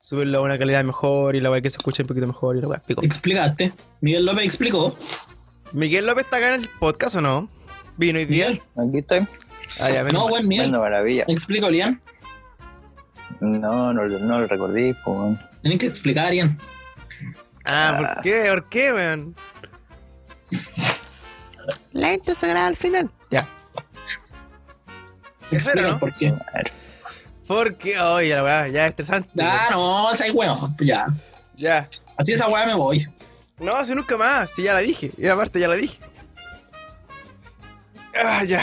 A: Subirlo a una calidad mejor y la weá que se escuche un poquito mejor y la weá, pico.
C: Explicaste. Miguel López explicó.
A: ¿Miguel López está acá en el podcast o no? ¿Vino hoy día?
C: Miguel.
B: Aquí estoy.
A: Ah, ya,
C: No,
A: menos mal.
C: weón, Miguel.
B: Bueno, maravilla.
C: Explica, Lian.
B: No, no, no lo recordé, po, weón.
C: Tenés que explicar, Lian.
A: Ah, ¿por qué? ¿Por qué, weón? La intro sagrada al final. Ya. Eso era,
C: Explica
A: ¿no?
C: por qué.
A: Porque, oye, la weá, ya es estresante.
C: Ah, no, esa es weón. Ya.
A: weón. Ya.
C: Así esa weá me voy.
A: No, hace nunca más, si ya la dije. Y aparte ya la dije. Ah, ya.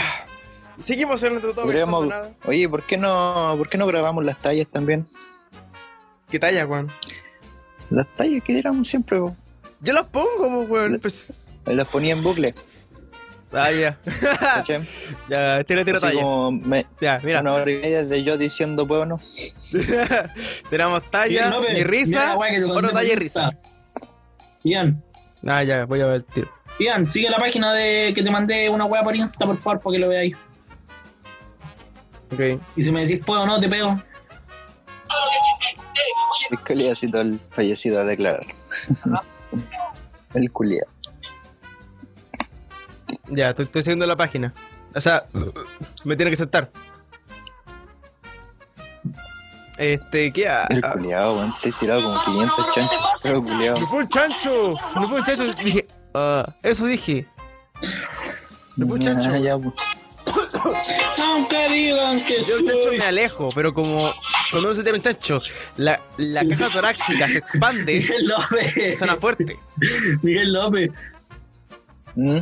A: Seguimos en nuestro todo
B: Podríamos-
A: pensando nada.
B: Oye, ¿por qué no, por qué no grabamos las tallas también?
A: ¿Qué talla, weón?
B: Las tallas que éramos siempre, po.
A: Yo las pongo, pues, weón. Pues...
B: las ponía en bucle,
A: Ah, ya.
B: ¿cachai?
A: ya, tira, tira
B: Así
A: talla.
B: como me-
A: Ya, mira.
B: una hora y media de yo diciendo, bueno,
A: Tenemos talla,
C: Miguel López,
A: mi
C: mira
A: risa,
C: la weá que te
A: otro
C: mandé
A: talla y
C: por
A: risa.
C: Insta. Lian,
A: Ah, ya, voy a ver el tiro.
C: Lian, sigue la página de que te mandé una weá por Insta, por favor, para que lo veáis.
A: Ok.
C: Y si me decís puedo o no, te pego.
B: el culiado ha sido el fallecido a declarar. el culiado.
A: Ya, estoy, estoy siguiendo la página. O sea, me tiene que aceptar. Este, ¿qué ha?
B: El culiado, weón. Te he tirado como 500 chanchos. Pero culiado.
A: ¡No fue un chancho! ¡No fue un chancho! Dije, ah, eso dije. ¡No fue un chancho!
B: Ah, ya, po.
C: Aunque digan que
A: Yo el chancho
C: soy
A: me alejo, pero como cuando uno se tira un chancho, la, la caja torácica se expande,
C: Miguel López.
A: suena fuerte.
C: Miguel López.
B: ¿Mm?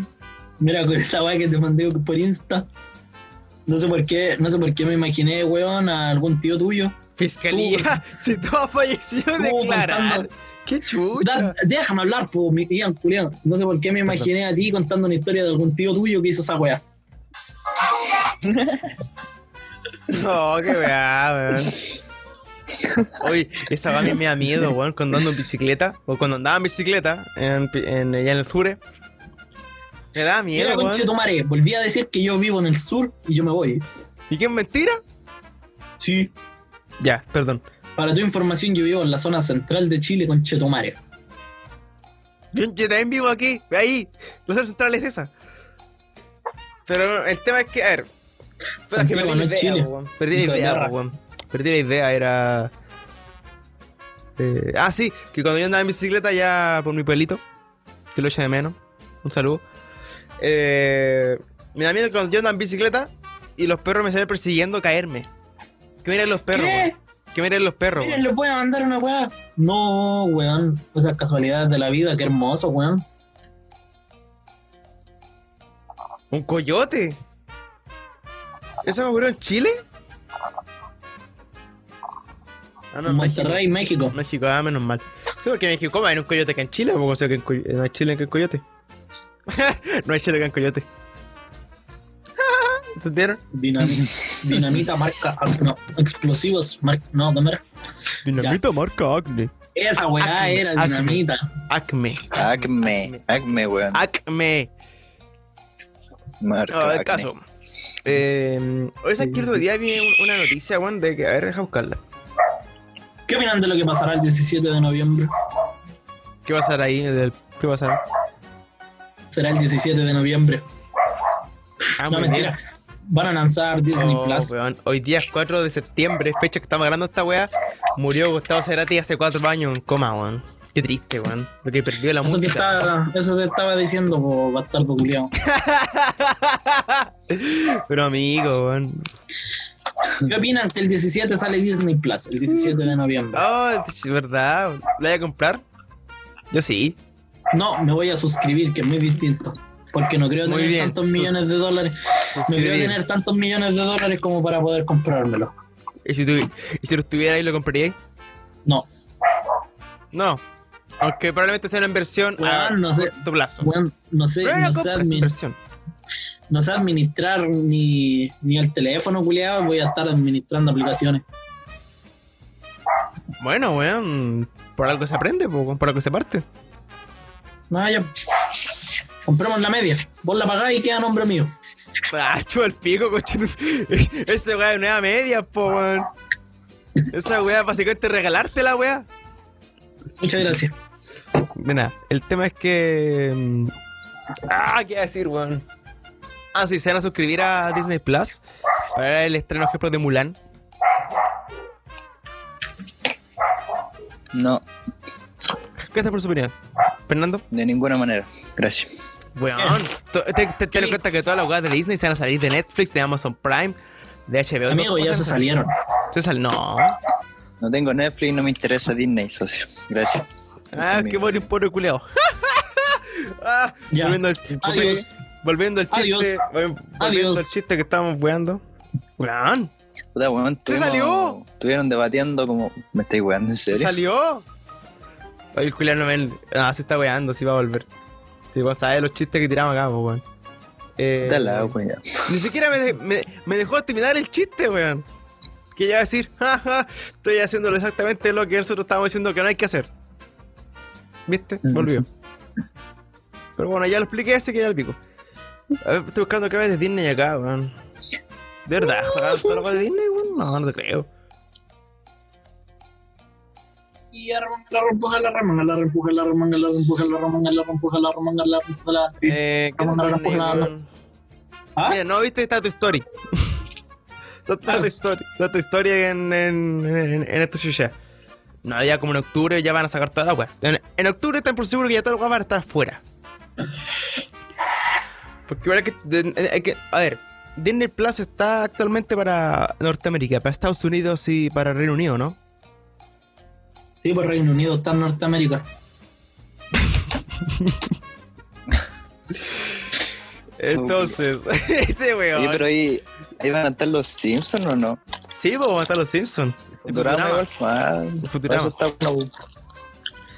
C: Mira con esa weá que te mandé por Insta. No sé por qué, no sé por qué me imaginé, weón, a algún tío tuyo.
A: Fiscalía, si todo falleció,
C: Tú
A: declarar.
C: contando-
A: ¡Qué
C: Da-
A: chucha!
C: déjame hablar, po, mi- Ian Julián. No sé por qué me imaginé a ti contando una historia de algún tío tuyo que hizo esa weá.
A: No, qué weá, weón. Oye, esa va a mí me da miedo, weón, cuando ando en bicicleta, o cuando andaba en bicicleta, en, pi- en, allá en el sur. Me da
C: Mira,
A: miedo, weón.
C: conchetumare, volví a decir que yo vivo en el sur y yo me voy.
A: ¿Y qué es mentira?
C: Sí.
A: Ya, perdón.
C: Para tu información, yo vivo en la zona central de Chile, conchetumare.
A: Yo está en vivo aquí, ve ahí. La sala central es esa. Pero el tema es que, a ver. puta, es que
C: Santiago
A: perdí
C: no
A: la
C: es
A: idea,
C: Chile.
A: po, weón. Perdí
C: Hijo
A: la
C: de
A: idea,
C: perra.
A: po, weón. Perdí la idea, era. Eh, ah, sí, que cuando yo andaba en bicicleta ya por mi pueblito, que lo echa de menos. Un saludo. Eh, me da miedo cuando yo andaba en bicicleta y los perros me salen persiguiendo caerme. Que miren los perros,
C: ¿Qué?
A: weón. Que miren los perros,
C: Miren,
A: weón.
C: les voy a mandar una weá. No, weón. Esas casualidades de la vida, qué hermoso, weón.
A: Un coyote. ¿Eso ocurrió en Chile? Ah, en
C: Monterrey, México.
A: México. México, ah, menos mal. Sí, porque en México ¿cómo hay un coyote que en Chile, poco sea que en coy- no hay Chile que en coyote. no hay Chile que en coyote. ¿Entendieron?
C: Dinamita, dinamita marca no, explosivos marca no, ¿cómo era? Dinamita
A: marca Acme.
C: Esa weá
A: Acme,
C: era
A: acme.
C: dinamita.
A: Acme.
B: Acme, Acme, weón.
A: Ah, Acme.
B: Marca
A: No, el
B: Acme.
A: caso. Eh, hoy sabes que el otro día vi un- una noticia, weón, de que. A ver, deja buscarla.
C: ¿Qué opinan de lo que pasará el 17 de noviembre?
A: ¿Qué pasará ahí? del- ¿Qué pasará?
C: Será el 17 de noviembre.
A: Ah,
C: no,
A: muy bien.
C: mentira. Van a lanzar Disney
A: Oh,
C: Plus.
A: weón, Hoy día es 4 de septiembre, fecha que estamos grabando esta weá. Murió Gustavo Cerati hace 4 años en coma, weón. Qué triste, weón. Porque perdió la
C: Eso que,
A: música.
C: estaba, eso que estaba diciendo, po, bastardo culiao.
A: Pero amigo, weón.
C: ¿Qué opinan que el 17 sale Disney Plus? El 17 de noviembre.
A: Oh, es verdad. ¿La voy a comprar? Yo sí.
C: No, me voy a suscribir, que es muy distinto. Porque no creo
A: Muy
C: tener
A: bien,
C: tantos
A: sus-
C: millones de dólares. No creo
A: Suscribir.
C: tener tantos millones de dólares como para poder comprármelo.
A: ¿Y si, tuvi- y si lo estuviera ahí, lo compraría?
C: No.
A: No. Aunque probablemente sea una inversión a
C: Weón, no sé.
A: corto plazo.
C: Weón, no sé,
A: Pero no
C: no sé,
A: compras
C: admin-
A: inversión.
C: no sé administrar ni, ni el teléfono, culiado. Voy a estar administrando aplicaciones.
A: Bueno, weón. Por algo se aprende, po, por algo se parte.
C: No, ya. Compramos la media. Vos la pagás y queda a nombre mío.
A: Ah, chupa el pico, coche. Esa weá de nueva media, po, weón. Esa weá, básicamente regalarte la weá.
C: Muchas gracias.
A: De nada, el tema es que. mm, Ah, qué iba a decir, weón. Ah, sí, se van a suscribir a Disney Plus para ver el estreno, ejemplo, de Mulan.
B: No,
A: Gracias por su opinión. Fernando,
B: de ninguna manera. Gracias.
A: weón. to- Te, te, te das cuenta que todas las weas de Disney se van a salir de Netflix, de Amazon Prime, de HBO.
C: Amigo, ya se salieron.
A: Se sal- no.
B: No tengo Netflix, no me interesa Disney, socio. Gracias. Esa
A: Ah,
B: es mi-
A: qué bueno, pobre culeado. ah,
C: Ya.
A: volviendo al chiste.
C: Adiós.
A: Volviendo al chiste.
C: Adiós.
A: vol- Volviendo
C: Adiós.
A: al chiste que estábamos weando. Weón,
B: Puta, weón, estuvimos-
A: salió?
B: Estuvieron debatiendo como. Me estáis weando, en
A: se
B: serio.
A: salió. Oye, el culeado no me. Ah, se está weando, sí va a volver. Sí, vos sabés los chistes que tiramos acá, pues, weón. Eh,
B: Puta la wea.
A: Ni siquiera me, de- me- me dejó terminar el chiste, weón. Que ya decir, jaja, estoy haciendo exactamente lo que nosotros estábamos diciendo que no hay que hacer. ¿Viste? Volvió. Pero bueno, ya lo expliqué, así que ya el pico. A ver, estoy buscando que de Disney acá, weón. ¿De verdad? ¿Juegan todo lo de Disney, weón? No, no te creo.
C: Y arremanga, la rempuja, la remanga, la rempuja, la remanga, la rempuja, la remanga, la rempuja, la remanga, la rempuja, la
A: Eh, ¿qué
C: Vamos
A: de
C: a hablar,
A: Disney,
C: vamos a hablar.
A: weón?
C: ¿Ah?
A: Mira, no viste esta tu story. Está tu story, está tu story en, en, en, en esta chucha. No, ya como en octubre ya van a sacar toda la weá. En, en octubre está por seguro que ya toda la weá va a estar fuera. Porque ahora que, de- eh, hay que. A ver, Disney Plus está actualmente para Norteamérica, para Estados Unidos y para Reino Unido, ¿no?
C: Sí, por Reino Unido está en Norteamérica.
A: Entonces, este weón.
B: Oye, pero ahí, ahí van a estar los Simpsons o no?
A: Sí, pues van a estar los Simpsons.
B: Futurama igual. Ah,
A: Futurama.
B: eso está bueno.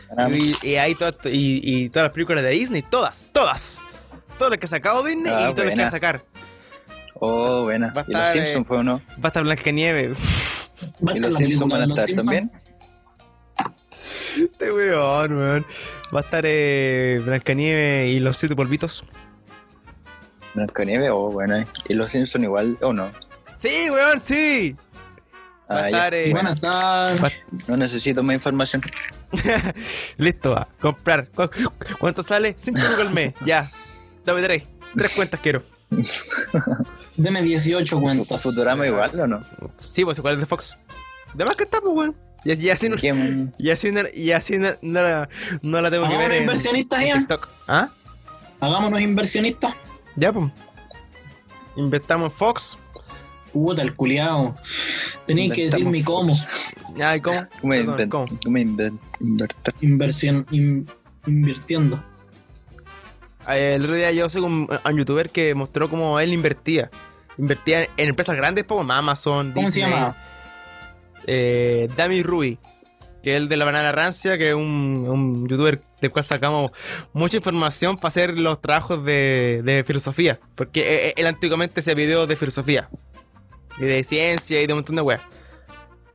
B: Futurama.
A: Y, y hay todas, y, y todas las películas de Disney, todas, todas. Todas las que ha sacado Disney y todas
B: Ah,
A: las que
B: buena.
A: va a sacar.
B: Oh, buena.
A: Va a
B: ¿Y los
A: estar, eh,
B: Simpsons fue o no?
A: Va a estar Blancanieves.
B: ¿Y
C: Va a estar
B: los
C: la
B: Simpsons
C: película
B: van a
C: de los
B: estar
C: Simpsons.
B: también?
A: Este weón, weón. Va a estar eh, Blancanieves y los siete polvitos.
B: Blancanieves, oh, bueno. eh. ¿Y los Simpsons igual o no?
A: Sí, weón, sí. Va a
B: Ah, ya.
A: estar. eh,
C: Van a estar.
B: No necesito más información.
A: Listo, va. Comprar. ¿Cu- ¿Cuánto sale? 5 lucas al mes. Ya. Dame tres. Tres cuentas quiero.
C: Deme 18
B: ¿Está
C: cuentas.
B: Futurama igual o no?
A: Sí, pues igual es de Fox. Además que está, pues, weón. Y así, y así, no-
B: ¿Quién?
A: y así, no- y así no, no la, no la tengo que ver
C: Hagámonos
A: en,
C: inversionistas,
A: en
C: Ian.
A: TikTok. ¿Ah?
C: Hagámonos inversionistas.
A: Ya, pues. Inventamos en Fox.
C: Puta, el culiao. Tenéis que decirme cómo.
B: Inventamos
A: Ay, ¿cómo?
B: ¿Cómo me
A: Perdón,
B: invento?
A: ¿cómo?
B: ¿Cómo invento? Invertir.
C: Inversión, in- invirtiendo.
A: Eh, El otro día yo soy un, a un youtuber que mostró cómo él invertía. Invertía en, en empresas grandes como Amazon,
C: ¿Cómo se
A: Disney.
C: llama?
A: eh, Dami Rui, que es el de la banana rancia, que es un, un youtuber del cual sacamos mucha información para hacer los trabajos de, de filosofía. Porque eh, eh, él antiguamente hacía videos de filosofía. Y de ciencia y de un montón de weas.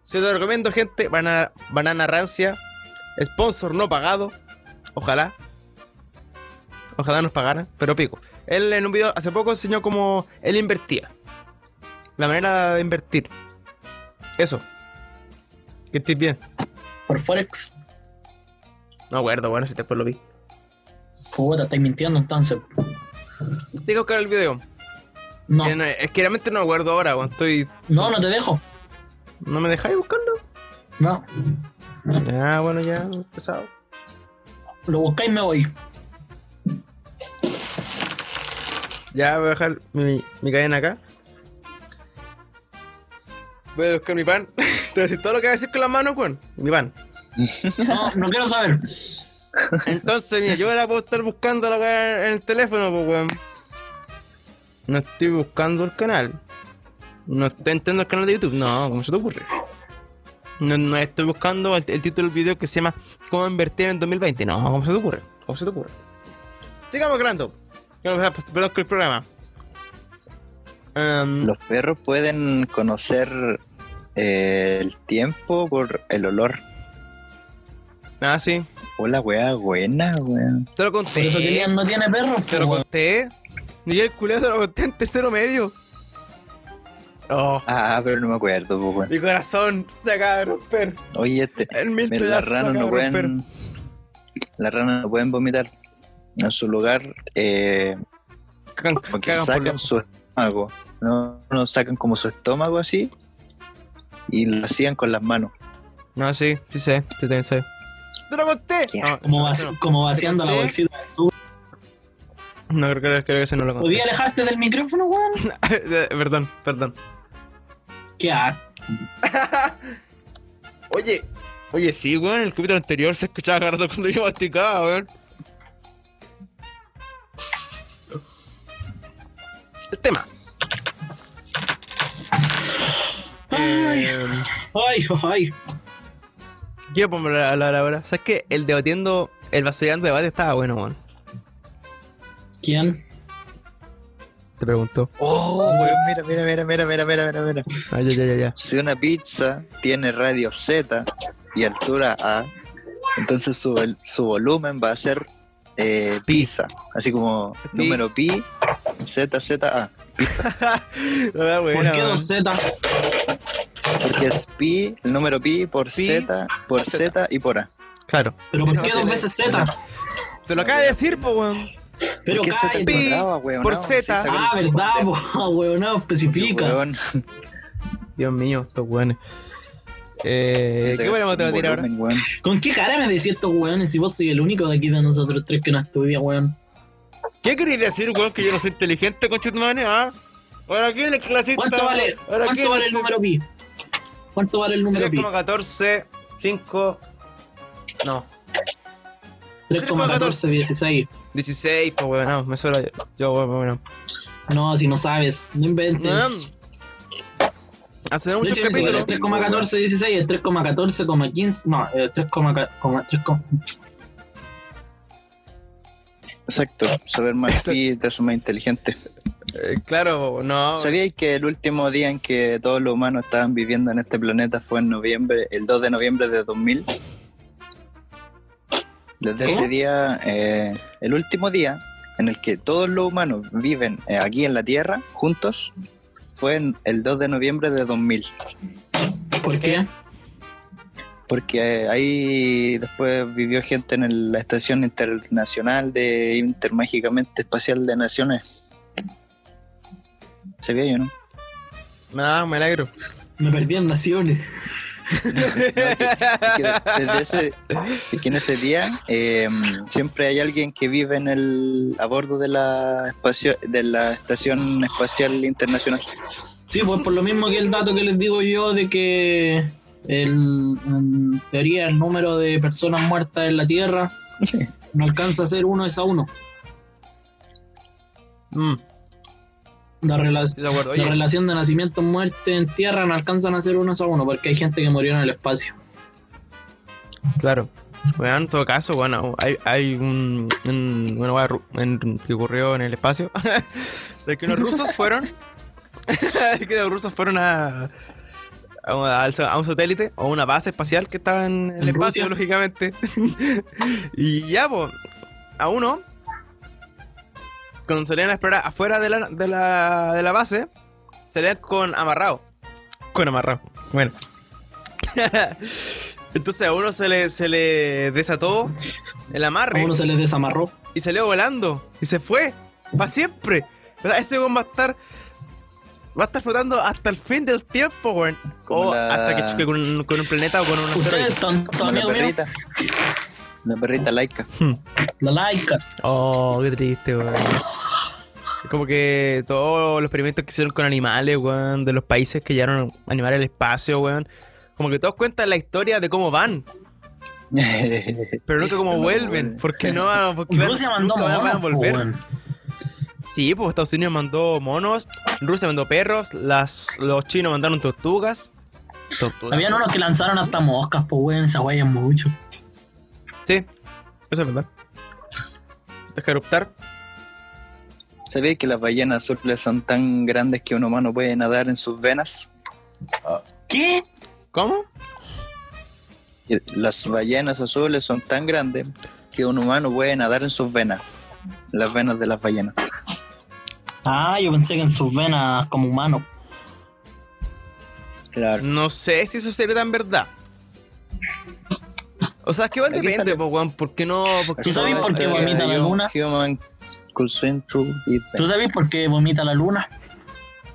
A: Se lo recomiendo, gente. Banana, banana rancia. Sponsor no pagado. Ojalá. Ojalá nos pagaran, pero pico. Él en un video hace poco enseñó cómo él invertía. La manera de invertir. Eso. Que estés bien.
C: Por Forex.
A: No acuerdo, bueno, si después lo vi.
C: Puta, estáis mintiendo entonces.
A: Tengo que buscar el video.
C: No,
A: Que no- es que realmente no acuerdo ahora, weón. Estoy.
C: no, no te dejo.
A: ¿No me dejáis buscarlo?
C: No.
A: Ah, bueno, ya, pesado.
C: Lo buscáis y me voy.
A: Ya voy a dejar mi, mi cadena acá. Voy a buscar mi pan. Te voy a decir todo lo que voy a decir con las manos, weón. Mi pan.
C: No, no quiero saber.
A: Entonces, mira, yo ahora puedo estar buscando la weá en el teléfono, pues, weón. No estoy buscando el canal. No estoy entrando al canal de YouTube. No, ¿cómo se te ocurre? No, no estoy buscando el, el título del video que se llama ¿Cómo invertir en 2020? No, ¿cómo se te ocurre? ¿Cómo se te ocurre? Sigamos creando. Perdón con el programa. Em,
B: Los perros pueden conocer eh, el tiempo por el olor.
A: ah, sí.
B: Hola, weá, buena, weá.
A: Te lo
C: Por
A: conté.
C: eso que Lian no tiene perro.
A: Te lo conté. Miguel Culeo te lo conté en tercero medio. Oh.
B: Ah, pero no me acuerdo, pues, weón.
A: Mi corazón se acaba de romper.
B: Oye, este,
A: En mil
B: mira, las
A: pedazos. se
B: ranas no
A: acaba de romper.
B: pueden. Las ranas no pueden vomitar. En su lugar, eh,
A: Cagan-
B: como que
A: cagan por
B: sacan
A: los-
B: su estómago. No, no sacan como su estómago así. Y lo hacían con las manos.
A: No, sí, sí sé, sí también sé. ¡Te lo conté!
B: Qué
A: No,
C: Como,
A: no,
C: vaci-
A: no,
C: como vaciando la
A: ¿Te
C: bolsita del sur.
A: no, creo, creo- creo que ese no lo conté.
C: ¿Podía alejarte del micrófono, weón?
A: Eh, perdón, perdón.
C: Qué asco.
A: Oye, oye, sí, weón, el capítulo anterior se escuchaba agarrado cuando yo masticaba, weón. El tema. Eh,
C: Ay, ay.
A: Quiero poner a hablar ahora. ¿Sabes qué? El debatiendo, el basurando debate estaba bueno, weón.
C: ¿Quién?
A: Te pregunto.
B: Oh, weón, mira, mira, mira, mira, mira, mira, mira, mira.
A: Ay, Ah, ya, ya, ya, ya.
B: Si una pizza tiene radio Z y altura A, entonces su, vol- su volumen va a ser eh,
A: Pi.
B: pizza. Así como
A: Pi.
B: número pi, Z, Z, A. Pizza.
A: La
C: ¿Por
A: Ah, buena,
C: qué
A: weón.
C: dos Z?
B: Porque es pi, el número pi por
A: Pi,
B: Z, por Z y por A.
A: Claro.
C: ¿Pero por
A: Esa
C: qué
A: va a
C: dos
A: ser-
C: veces Z?
A: Te lo acabo de decir, po, weón.
C: Pero
B: ¿Por qué Z al
A: cállate.
C: cállate.
B: cuadrado, weón?
A: Por
B: No,
A: Z.
B: sí, saca el-
C: Ah, verdad, po, weón, no especifica.
B: Weón,
A: Dios mío, estos weones. Eh,
B: saca
A: ¿Qué podemos
B: el
A: debatir ahora?
B: volumen, weón.
C: ¿Con qué cara me decís estos weones si vos soy el único de aquí de nosotros tres que no estudia, weón?
A: ¿Qué queréis decir, weón, que yo no soy inteligente, conchetumane? ¿Ah? ¿Ahora qué el clasista?
C: ¿Cuánto vale,
A: ¿Ahora
C: cuánto vale el número pi? ¿Cuánto vale el número pi?
A: 3,14, 5, no,
C: 3,1416.
A: 16, pues weón, no, me suena yo, weón, weón.
C: No, si no sabes, no inventes.
A: Hace
C: De
A: muchos
C: hecho, dice que
A: capítulos.
C: el 3,1416 es 3,14,15. No, el 3,3.
B: Exacto, saber más pi te hace más inteligente.
A: eh, claro, no.
B: ¿Sabíais que el último día en que todos los humanos estaban viviendo en este planeta fue en noviembre, el 2 de noviembre de 2000? Desde
C: ¿Cómo?
B: ese día, eh, el último día en el que todos los humanos viven eh, aquí en la Tierra juntos fue en el 2 de noviembre de 2000.
C: ¿Por qué?
B: porque eh, ahí después vivió gente en el- la Estación Internacional de Intermágicamente Espacial de Naciones. ¿Sabía yo, no?
A: Ah, me alegro.
C: Me perdí en naciones.
B: que desde ese, que en ese día eh, siempre hay alguien que vive en el a bordo de la espacio, de la estación espacial internacional.
C: Sí, pues por lo mismo que el dato que les digo yo de que el, en teoría el número de personas muertas en la Tierra no alcanza a ser uno es a uno.
A: Mm,
C: La, rela-
A: estoy de acuerdo.
C: la
A: Oye,
C: relación de nacimiento-muerte en Tierra no alcanzan a ser uno es a uno porque hay gente que murió en el espacio.
A: claro. Bueno, en todo caso, bueno, hay, hay un, un- una hueá ru- en- que ocurrió en el espacio. de que unos rusos fueron. de que los rusos fueron a. A un, a un satélite o una base espacial que estaba en el
C: ¿En
A: espacio,
C: Rusia?
A: lógicamente. y ya, pues, a uno, cuando salían a explorar afuera de la, de la, de la base, salían con amarrado. Con amarrado. Bueno. Entonces a uno se le, se le desató el
C: A
A: amarre
C: uno se les desamarró.
A: y salió volando y se fue. Para siempre. O sea, ese weón va a estar. Va a estar flotando hasta el fin del tiempo, weón. O
B: Como la-
A: hasta que choque con, un- con un planeta o con un asteroide.
C: Ustedes, tanto
B: Como la
C: amigo mío,
B: perrita. La perrita laica.
C: la laica.
A: Oh, qué triste, weón. Es Como que todos los experimentos que hicieron con animales, weón, de los países que llevaron animales al espacio, weón. Como que todos cuentan la historia de cómo van, pero nunca cómo
B: Pero no
A: vuelven.
B: vuelven.
A: Porque no, porque van-
I: Rusia mandó
A: nunca van a
I: monos, po,
A: volver.
I: weón.
A: Sí, pues Estados Unidos mandó monos, Rusia mandó perros, las, los chinos mandaron tortugas. Tortugas.
I: Habían unos que lanzaron hasta moscas, pues weón, esa weá ya es mucho.
A: Sí, eso es verdad. Deja eruptar.
B: ¿Sabéis que las ballenas azules son tan grandes que un humano puede nadar en sus venas?
I: ¿Qué?
A: ¿Cómo?
B: Que Las ballenas azules son tan grandes que un humano puede nadar en sus venas. Las venas de las ballenas.
C: Ah, yo pensé que en sus venas como humanos.
B: Claro.
A: No sé si eso sería tan verdad. O sea, es que igual
B: Aquí
A: depende,
B: sale.
A: pues, weón, ¿por qué no? Porque
C: ¿Tú sabes por qué vomita la luna?
B: Human could swim through it.
C: ¿Tú sabes por qué vomita la luna?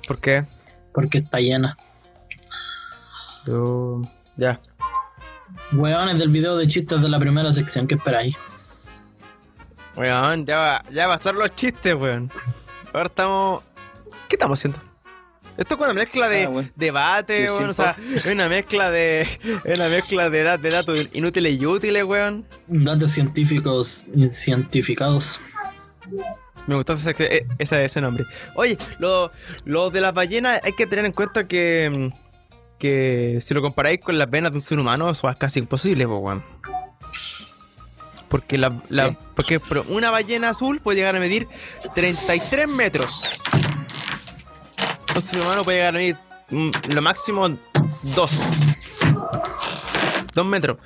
A: ¿Por qué?
C: Porque está llena.
A: Yo- Ya.
C: Weones del video de chistes de la primera sección, ¿qué esperáis?
A: Weón, ya va, ya va a estar los chistes, weón. Ahora estamos. ¿Qué estamos haciendo? Esto es una mezcla de
B: Ah, bueno.
A: debate,
B: Sí,
A: weón.
B: sí,
A: o sea, es una mezcla de. Es una mezcla de, da- de datos in- inútiles y útiles, weón.
C: Datos científicos cientificados.
A: Me gustó ese, eh, ese, ese nombre. Oye, lo, lo de las ballenas, hay que tener en cuenta que. mm, Que si lo comparáis con las venas de un ser humano, eso es casi imposible, po, weón. Porque, la, la-
B: Sí.
A: porque pero una ballena azul puede llegar a medir 33 metros. Un ser humano puede llegar a medir mm, lo máximo 2. 2 metros.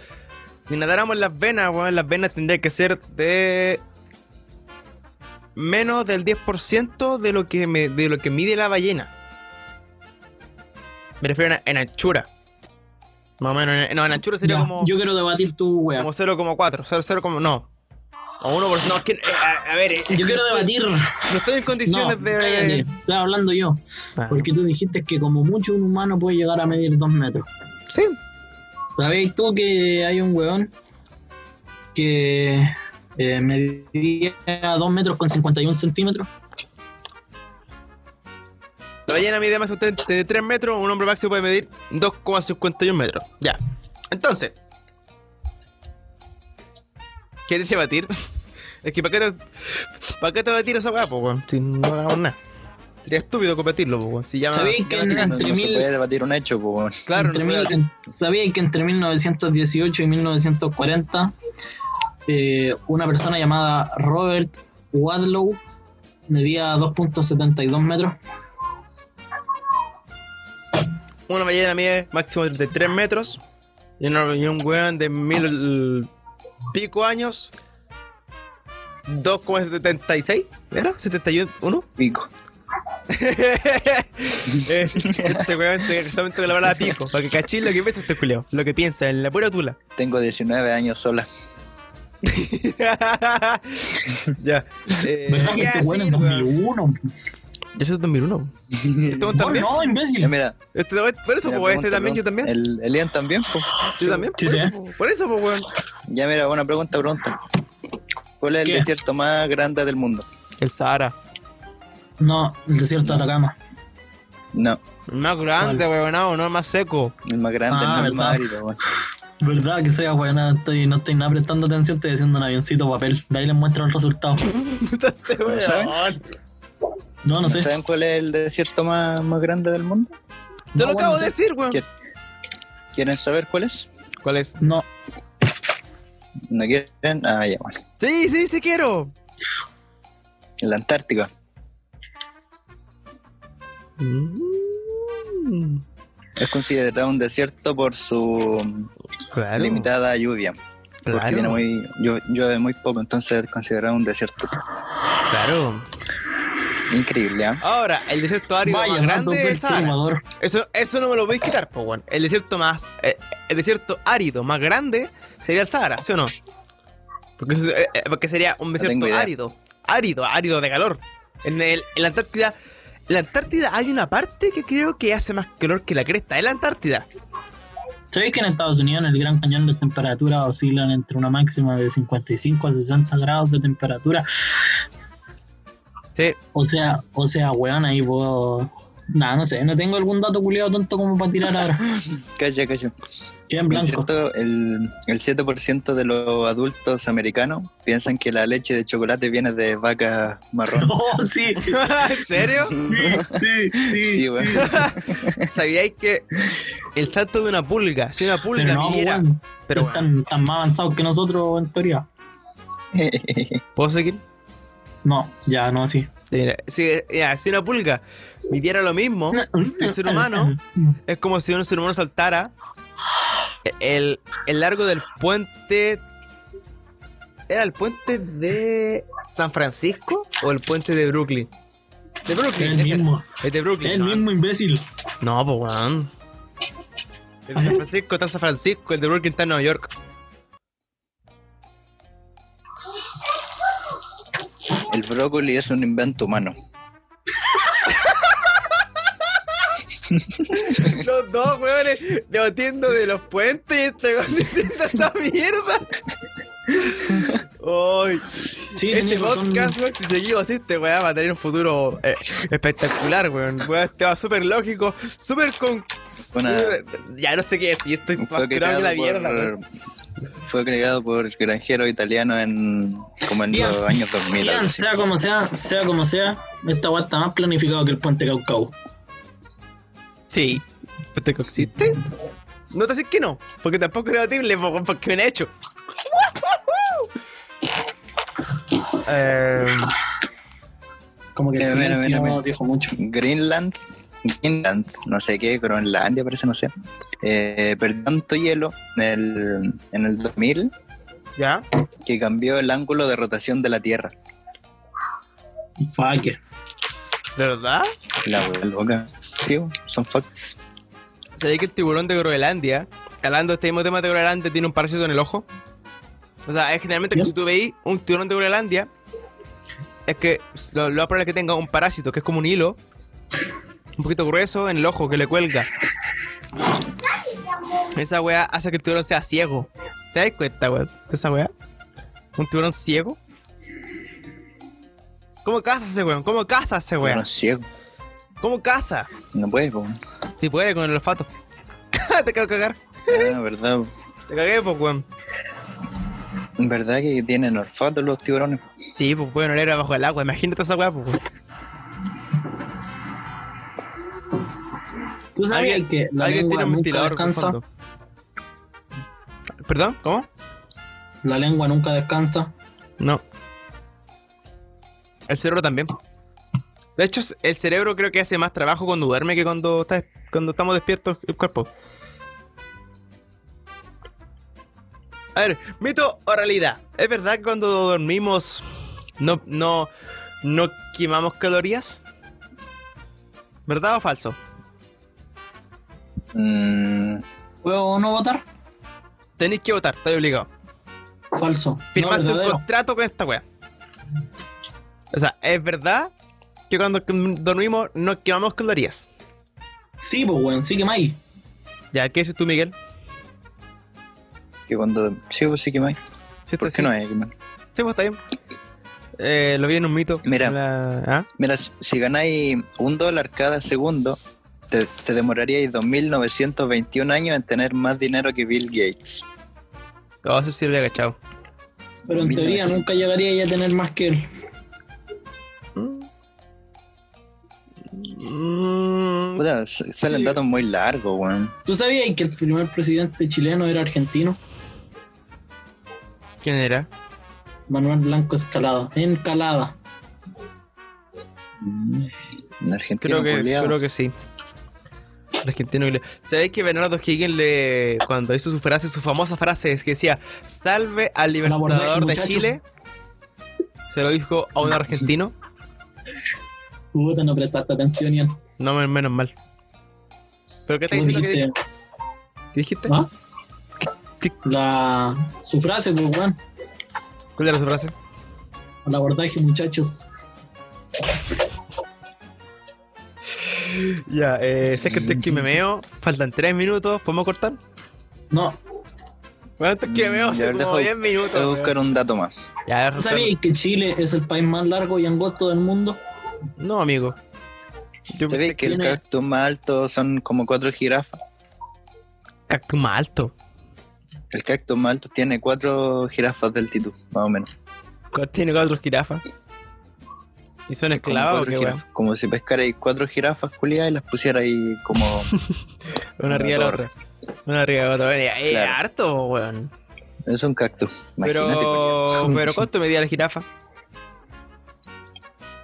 A: Si nadáramos en las venas, weón, las venas tendrían que ser de menos del 10% de lo que me- de lo que mide la ballena. Me refiero en, en anchura. Más o menos, en, no, en anchura sería
C: Ya,
A: como,
C: Yo quiero debatir tu wea.
A: como 0,4, 0, 0, como- no. O 1%, no, es que, eh, a, a ver, eh,
C: Yo quiero debatir.
A: no estoy en
C: No,
A: condiciones de...
C: cállate, estoy hablando yo.
A: Ah,
C: Porque tú dijiste que como mucho un humano puede llegar a medir dos metros.
A: Sí,
C: ¿Sabéis tú que hay un weón que eh, medía dos metros con 51 centímetros?
A: la ballena mide más de 3 metros, un hombre máximo puede medir 2,51 metros. Ya. Entonces, ¿quieres debatir? Es que ¿para qué te, ¿para qué te debatir esa weá, po, weón? Si no ganamos nada. Sería estúpido competirlo, po, weón. Si ya
C: ¿Sabéis que
A: ya-
C: en-
B: No, no
C: entre
B: se
C: mil-
B: puede debatir un hecho, po, weón.
A: Claro, no
C: Entre
A: se puede
C: mil-
A: hacer.
C: ¿Sabían que entre 1918 y 1940 eh, una persona llamada Robert Wadlow medía 2.72 metros?
A: Una ballena mide máximo de 3 metros. Y, una- y un weón de mil pico años. 2,76, ¿era? ¿71?
B: Pico.
A: Eh, este weón te solamente con la palabra pico. Para que cachis lo que piensa este culiao. Lo que piensa, en la pura tula.
B: Tengo 19 años sola.
A: ya. Eh,
C: ¿Verdad que
A: ya,
C: este weón
A: sí,
C: en
A: weón.
C: 2001?
A: Yo soy 2001. Este weón
C: No,
A: también.
C: no,
B: Ya,
C: imbécil.
B: mira,
A: Este, por eso,
B: mira,
A: po, este
B: pregunta,
A: también, yo
B: pregunta.
A: también.
B: El, el Ian también, po.
A: Yo también.
C: Sí,
A: por,
C: sí.
A: eso, po, por eso, po, weón.
B: Ya, mira, una pregunta pronta. ¿Cuál es el
C: ¿Qué?
B: desierto más grande del mundo?
A: El Sahara.
C: No, el desierto de Atacama.
B: No,
A: El más grande, weón, no el más seco.
B: el más grande,
C: Ah,
B: el más
C: verdad.
B: árido, weón.
C: Verdad que soy agüeonado, estoy, no estoy nada prestando atención, estoy haciendo un avioncito de papel. De ahí les muestro el resultado.
B: ¿No saben?
C: No, Ah, no
B: ¿No
C: sé.
B: saben cuál es el desierto más, más grande del mundo?
A: Te
C: No,
A: lo
C: bueno,
A: acabo
C: sí.
A: de decir, weón.
B: ¿Qué? ¿Quieren saber cuál es?
A: ¿Cuál es?
C: No.
B: ¿No quieren? Ah, ya, bueno.
A: Sí, sí, sí quiero.
B: La Antártica. Es considerado un desierto por su
A: Claro.
B: limitada lluvia. Porque
A: Claro.
B: tiene muy, llu- llueve muy poco, entonces es considerado un desierto.
A: Claro.
B: Increíble, ¿ah?
A: Ahora, el desierto árido
C: Vaya,
A: más
C: mando
A: grande es
C: el
A: el Sahara.
C: Salvador.
A: Eso, eso no me lo voy a quitar, po, weón. El desierto más. eh, el desierto árido más grande sería el Sahara, ¿sí o no? Porque, eso- eh, eh, porque sería un desierto
B: tengo idea.
A: árido. Árido, árido de calor. En, el, en la Antártida. En la Antártida hay una parte que creo que hace más calor que la cresta. Es la Antártida.
C: ¿Sabéis que en Estados Unidos, en el Gran Cañón, las temperaturas oscilan entre una máxima de 55 a 60 grados de temperatura?
A: Sí.
C: O sea, o sea, weón, ahí vos. Nah, no sé, no tengo algún dato culiado tanto como para tirar ahora.
B: Calla, calla.
C: Queda en
B: El,
C: blanco.
B: cierto- el, el 7% de los adultos americanos piensan que la leche de chocolate viene de vacas marrón.
C: Oh, sí,
A: ¿En serio?
C: sí, sí,
B: Sí,
C: sí.
B: weón.
A: ¿Sabíais que el salto de una pulga, si una pulga
C: Pero no,
A: viviera-
C: weón.
A: pero bueno,
C: están, están más avanzados que nosotros en teoría.
A: ¿puedo seguir?
C: No, ya no así.
A: Mira, si, mira, si una pulga viviera lo mismo, El ser humano. es como si un ser humano saltara el, el largo del puente. ¿Era el puente de San Francisco o el puente de Brooklyn? De Brooklyn,
C: El
A: ese era.
C: mismo,
A: Es de Brooklyn.
C: el
A: no,
C: mismo imbécil.
A: no pues weón. El de San Francisco está en San Francisco, el de Brooklyn está en Nueva York.
B: El brócoli es un invento humano.
A: Los dos weones debatiendo de los puentes y este weón diciendo esa mierda. Ay,
C: Sí,
A: este
C: tenía razón.
A: podcast, weón, si seguimos así, este weá va a tener un futuro eh, espectacular, weón. Weón, este va súper lógico, súper con.
B: Una-
A: Ya no sé qué decir, estoy más
B: Fue
A: curado
B: creado,
A: que la mierda,
B: por,
A: weón.
B: fue creado por granjeros italianos en como en
C: Bien.
B: los años 2000. algo
C: Bien,
B: así.
C: sea como sea, sea como sea, esta weá está más planificado que el puente Caucao.
A: Sí. ¿Este que existe? No te decís que no, porque tampoco es debatible, po, weón, porque me han hecho. eh.
C: Como que el
B: Mira, mira,
C: silencio
B: mira, mira.
C: dijo mucho.
B: Greenland, Greenland, no sé qué, Groenlandia parece, no sé. Eh, perdió tanto hielo en el, en el 2000
A: ¿Ya?
B: que cambió el ángulo de rotación de la Tierra.
C: Fuck. it.
A: ¿De verdad?
B: La wea loca. Sí, son facts.
A: ¿Sabéis que el tiburón de Groenlandia, hablando de este mismo tema de Groenlandia, tiene un parásito en el ojo? O sea, es generalmente que
C: ¿Ya?
A: si tú veis un tiburón de Groenlandia, es que lo, lo más probable es que tenga un parásito, que es como un hilo, un poquito grueso en el ojo que le cuelga. Esa weá hace que el tiburón sea ciego. ¿Te das cuenta, weón? De esa weá. ¿Un tiburón ciego? ¿Cómo caza ese weón? ¿Cómo caza ese
B: Bueno,
A: weón?
B: ciego.
A: ¿Cómo caza?
B: No puedes, po.
A: Si puede, con el olfato. Te acabo de cagar.
B: Ah, verdad. po.
A: Te cagué, pues, weón.
B: Verdad que tienen olfato los tiburones.
A: Sí, pues pueden oler abajo del agua. Imagínate esa weá, pues, weón.
C: ¿Tú sabías que la lengua nunca
A: de
C: descansa?
A: fondo. ¿Perdón? ¿Cómo?
C: La lengua nunca descansa.
A: No. El cerebro también. De hecho, el cerebro creo que hace más trabajo cuando duerme que cuando, está, cuando estamos despiertos el cuerpo. A ver, mito o realidad. ¿Es verdad que cuando dormimos no, no, no quemamos calorías? ¿Verdad o falso?
B: Mm,
C: ¿Puedo no votar?
A: Tenéis que votar, estáis obligado.
C: Falso.
A: Firmaste
C: no,
A: un
C: verdadero.
A: contrato con esta wea. O sea, es verdad que cuando c- dormimos no quemamos calorías.
C: Sí, pues weón, sí que más.
A: Ya, ¿qué dices tú, Miguel?
B: que cuando. Sí, pues sí que más.
A: ¿Sí,
B: ¿Por
A: está-
B: qué
A: sí?
B: no es? hermano?
A: Sí, pues está bien. Eh, lo vi en un mito.
B: Mira.
A: En la- ¿Ah?
B: Mira, si ganáis un dólar cada segundo, te, te demoraríais 2.921 años en tener más dinero que Bill Gates.
A: Oh, eso sí lo había cachado.
C: Pero en
B: Mira,
C: teoría
B: sí.
C: nunca llegaría ya a tener más que él.
A: Mm,
B: Puta, s- salen
A: Sí.
B: datos muy largos, weón.
C: ¿Tú sabías que el primer presidente chileno era argentino?
A: ¿Quién era?
C: Manuel Blanco Escalada. Encalada.
B: En Argentina,
A: Creo que, creo que sí. El argentino que le- ¿Sabéis que Bernardo Higgins le, cuando hizo su frase, su famosa frase, es que decía, salve al libertador
C: abordaje,
A: de
C: muchachos.
A: Chile? Se lo dijo a un argentino.
C: Puta, no prestaste atención, Ian.
A: No, men- menos mal. ¿Pero qué te
C: Vos
A: diciendo que,
C: dijiste,
A: que dijiste?
C: ¿Ah?
A: ¿Qué-
C: La... Su frase, pues, weón.
A: ¿Cuál era su frase?
C: Al abordaje, muchachos.
A: Ya, eh, sé que estoy que me meo, faltan 3 minutos, ¿podemos cortar?
C: No,
A: Bueno, estoy que me meo hace como 10 minutos.
B: Voy a
A: weón.
B: buscar un dato más.
A: Ya, deja-
C: ¿No sabíais que Chile es el país más largo y angosto del mundo?
A: No, amigo. Yo
B: ¿Sabéis
A: pensé
B: que el
C: tiene-
B: cactus más alto son como cuatro jirafas?
A: cactus más alto.
B: El cactus más alto tiene cuatro jirafas de altitud, más o menos.
A: ¿Cuál Tiene cuatro jirafas. ¿Y son
B: Como
A: esclavas o
B: cuatro
A: qué, weón?
B: jirafas. Como si pescarais cuatro jirafas, culiadas, y las pusierais como...
A: Una arriba de la otra. Una arriba de la otra. Bueno, ya, Es
B: Claro.
A: harto, weón.
B: es un cactus. Imagínate,
A: Pero,
B: culiao.
A: pero ¿cuánto medía la jirafa?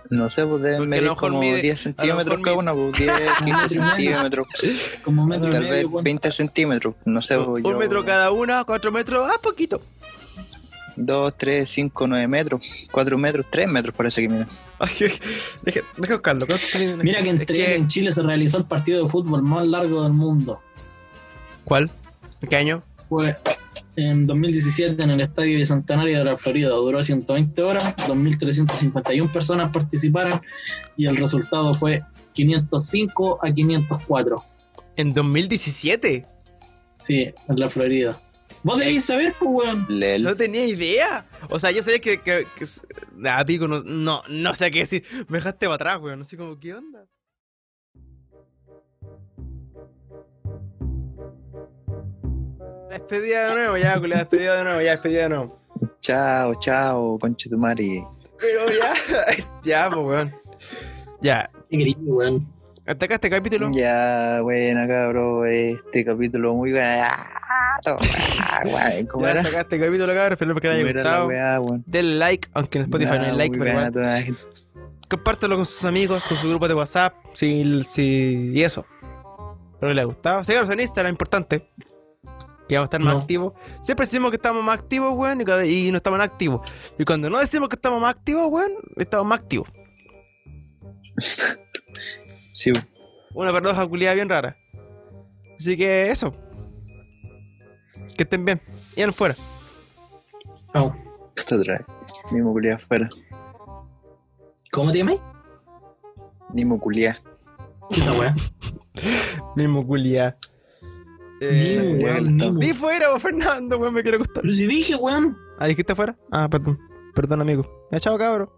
B: No sé, pues
A: Porque a
B: deben
A: lo
B: medir
A: mejor
B: como
A: mide-
B: 10
A: a lo
B: centímetros
A: mejor
B: cada una, pues 10, 15
C: metro y medio.
B: centímetros,
C: Como metro
B: tal
C: y
B: vez
C: medio, weón.
B: 20 centímetros, no sé, pues,
A: Un
B: yo-
A: metro cada una, cuatro metros, ah, poquito.
B: 2, 3, 5, 9 metros, 4 metros, 3 metros parece que mira.
A: Deja deja buscarlo. ¿cuánto mide una
C: Mira que
A: jirafa?
C: en,
A: Es
C: Tre- en Chile se realizó el partido de fútbol más largo del mundo.
A: ¿Cuál? ¿En ¿Qué año?
C: Fue en 2017 en el Estadio Bicentenario de la Florida. Duró 120 horas, 2.351 personas participaron y el resultado fue 505 a 504.
A: En 2017.
C: Sí, en la Florida. Vos debéis saber, pues, weón.
A: No
B: Lel.
A: tenía idea. O sea, yo sabía que. que, que s- ah, pico, no, no, no sé qué decir. Me dejaste para atrás, weón. No sé cómo, ¿qué onda? Despedida de nuevo, ya, culiao, despedida de nuevo, ya, despedida de nuevo.
B: Chao, chao, concha tu madre.
A: Pero ya, ya, pues, weón. Ya,
C: Qué querido, weón.
A: hasta acá este capítulo.
B: Ya, buena cabrón, este capítulo muy bueno. Ah, to- ah, guay, ¿Cómo
A: Ya,
B: era?
A: hasta acá este capítulo, cabrón. Espero que
B: ¿Cómo
A: les haya
B: era la
A: gustado.
B: weá, weón?
A: Denle like, aunque en Spotify no
B: Ya,
A: hay like,
B: muy
A: pero
B: buena
A: igual.
B: toda la gente.
A: compártelo con sus amigos, con su grupo de WhatsApp, si, si, y eso. Espero que les haya gustado. Síganos en Instagram, importante. Que vamos a estar más
C: No.
A: activos. Siempre decimos que estamos más activos, weón, y, cada- y no estamos más activos. Y cuando no decimos que estamos más activos, weón, estamos más activos.
B: Sí,
A: Una paradoja culiada bien rara. Así que eso. Que estén bien. Y fuera.
C: Chao.
B: esto otra vez. Mismo culiá afuera.
C: ¿Cómo te llamas?
B: Mismo culiá.
C: ¿Qué es esa weá?
A: Mismo culiada.
C: Nimo,
A: Eh,
C: weón, Nimo.
A: di fuera, po, Fernando, weón, me quiero acostar.
C: Pero si dije, weón.
A: Ah, dijiste fuera. Ah, perdón. Perdón, amigo. Ya, chao, cabrón.